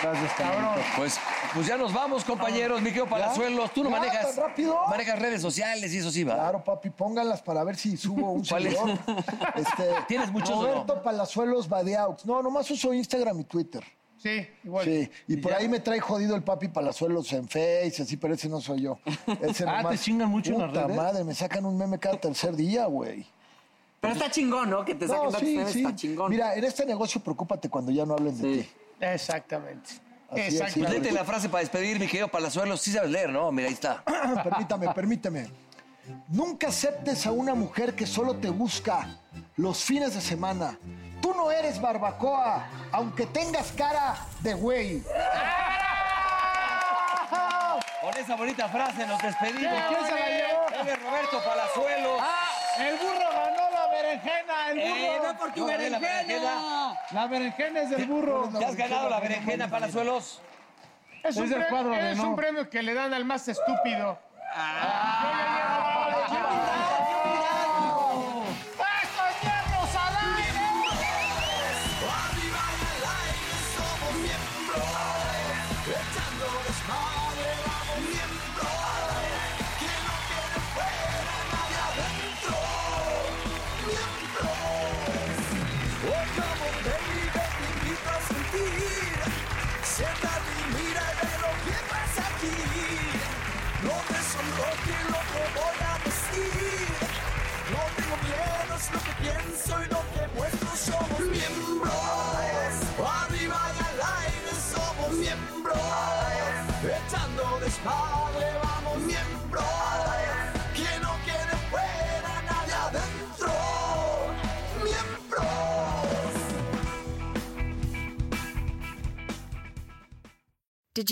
Gracias, cabrón.
Pues, pues ya nos vamos, compañeros. Mi querido Palazuelos, tú no
Ah, Ya,
manejas.
tan rápido.
Manejas redes sociales y eso sí va.
Claro, papi, pónganlas para ver si subo un
*laughs* ¿Cuál es?
seguidor. Este,
*laughs* ¿Tienes muchos o no?
Roberto Palazuelos Badeaux. No, nomás uso Instagram y Twitter.
Sí, igual.
Sí, y, por ahí me trae jodido el papi Palazuelos en Face, así, pero ese no soy yo. Ese
*laughs* Ah, te chingan mucho en las
Puta
redes.
madre, me sacan un meme cada tercer día, güey.
Pero está chingón, ¿no? Que te saquen tantos memes, está chingón.
Mira, en este negocio preocúpate cuando ya no hablen de ti.
Exactamente.
Así es,
Pues léete
sí.
la frase para despedir, mi querido Palazuelos. Sí sabes leer, ¿no? Mira, ahí está.
*coughs* permítame, permíteme. Nunca aceptes a una mujer que solo te busca los fines de semana. Tú no eres barbacoa, aunque tengas cara de güey.
Con esa bonita frase nos despedimos.
¡Qué ¿Quién se la hombre! llevó?
Él es Roberto Palazuelos.
Ah,
Ah, El burro ganó la berenjena, el burro.
Eh, no por tu No, de la berenjena. berenjena.
La berenjena es del burro.
¿Te has ganado la berenjena, Palazuelos?
Es, un,
Es del
premio,
cuadro de
es
no.
un premio que le dan al más estúpido. ¡Estos miembros al
¿eh?
Siéntate y mira de lo que pasa aquí. No te sonroje lo que voy a decir. No tengo miedo, es lo que pienso y lo que muestro. Somos miembros. Arriba y al aire somos miembros. Echando desmadre vamos miembros. Quien no quiere fuera, nadie adentro. Miembros.
Did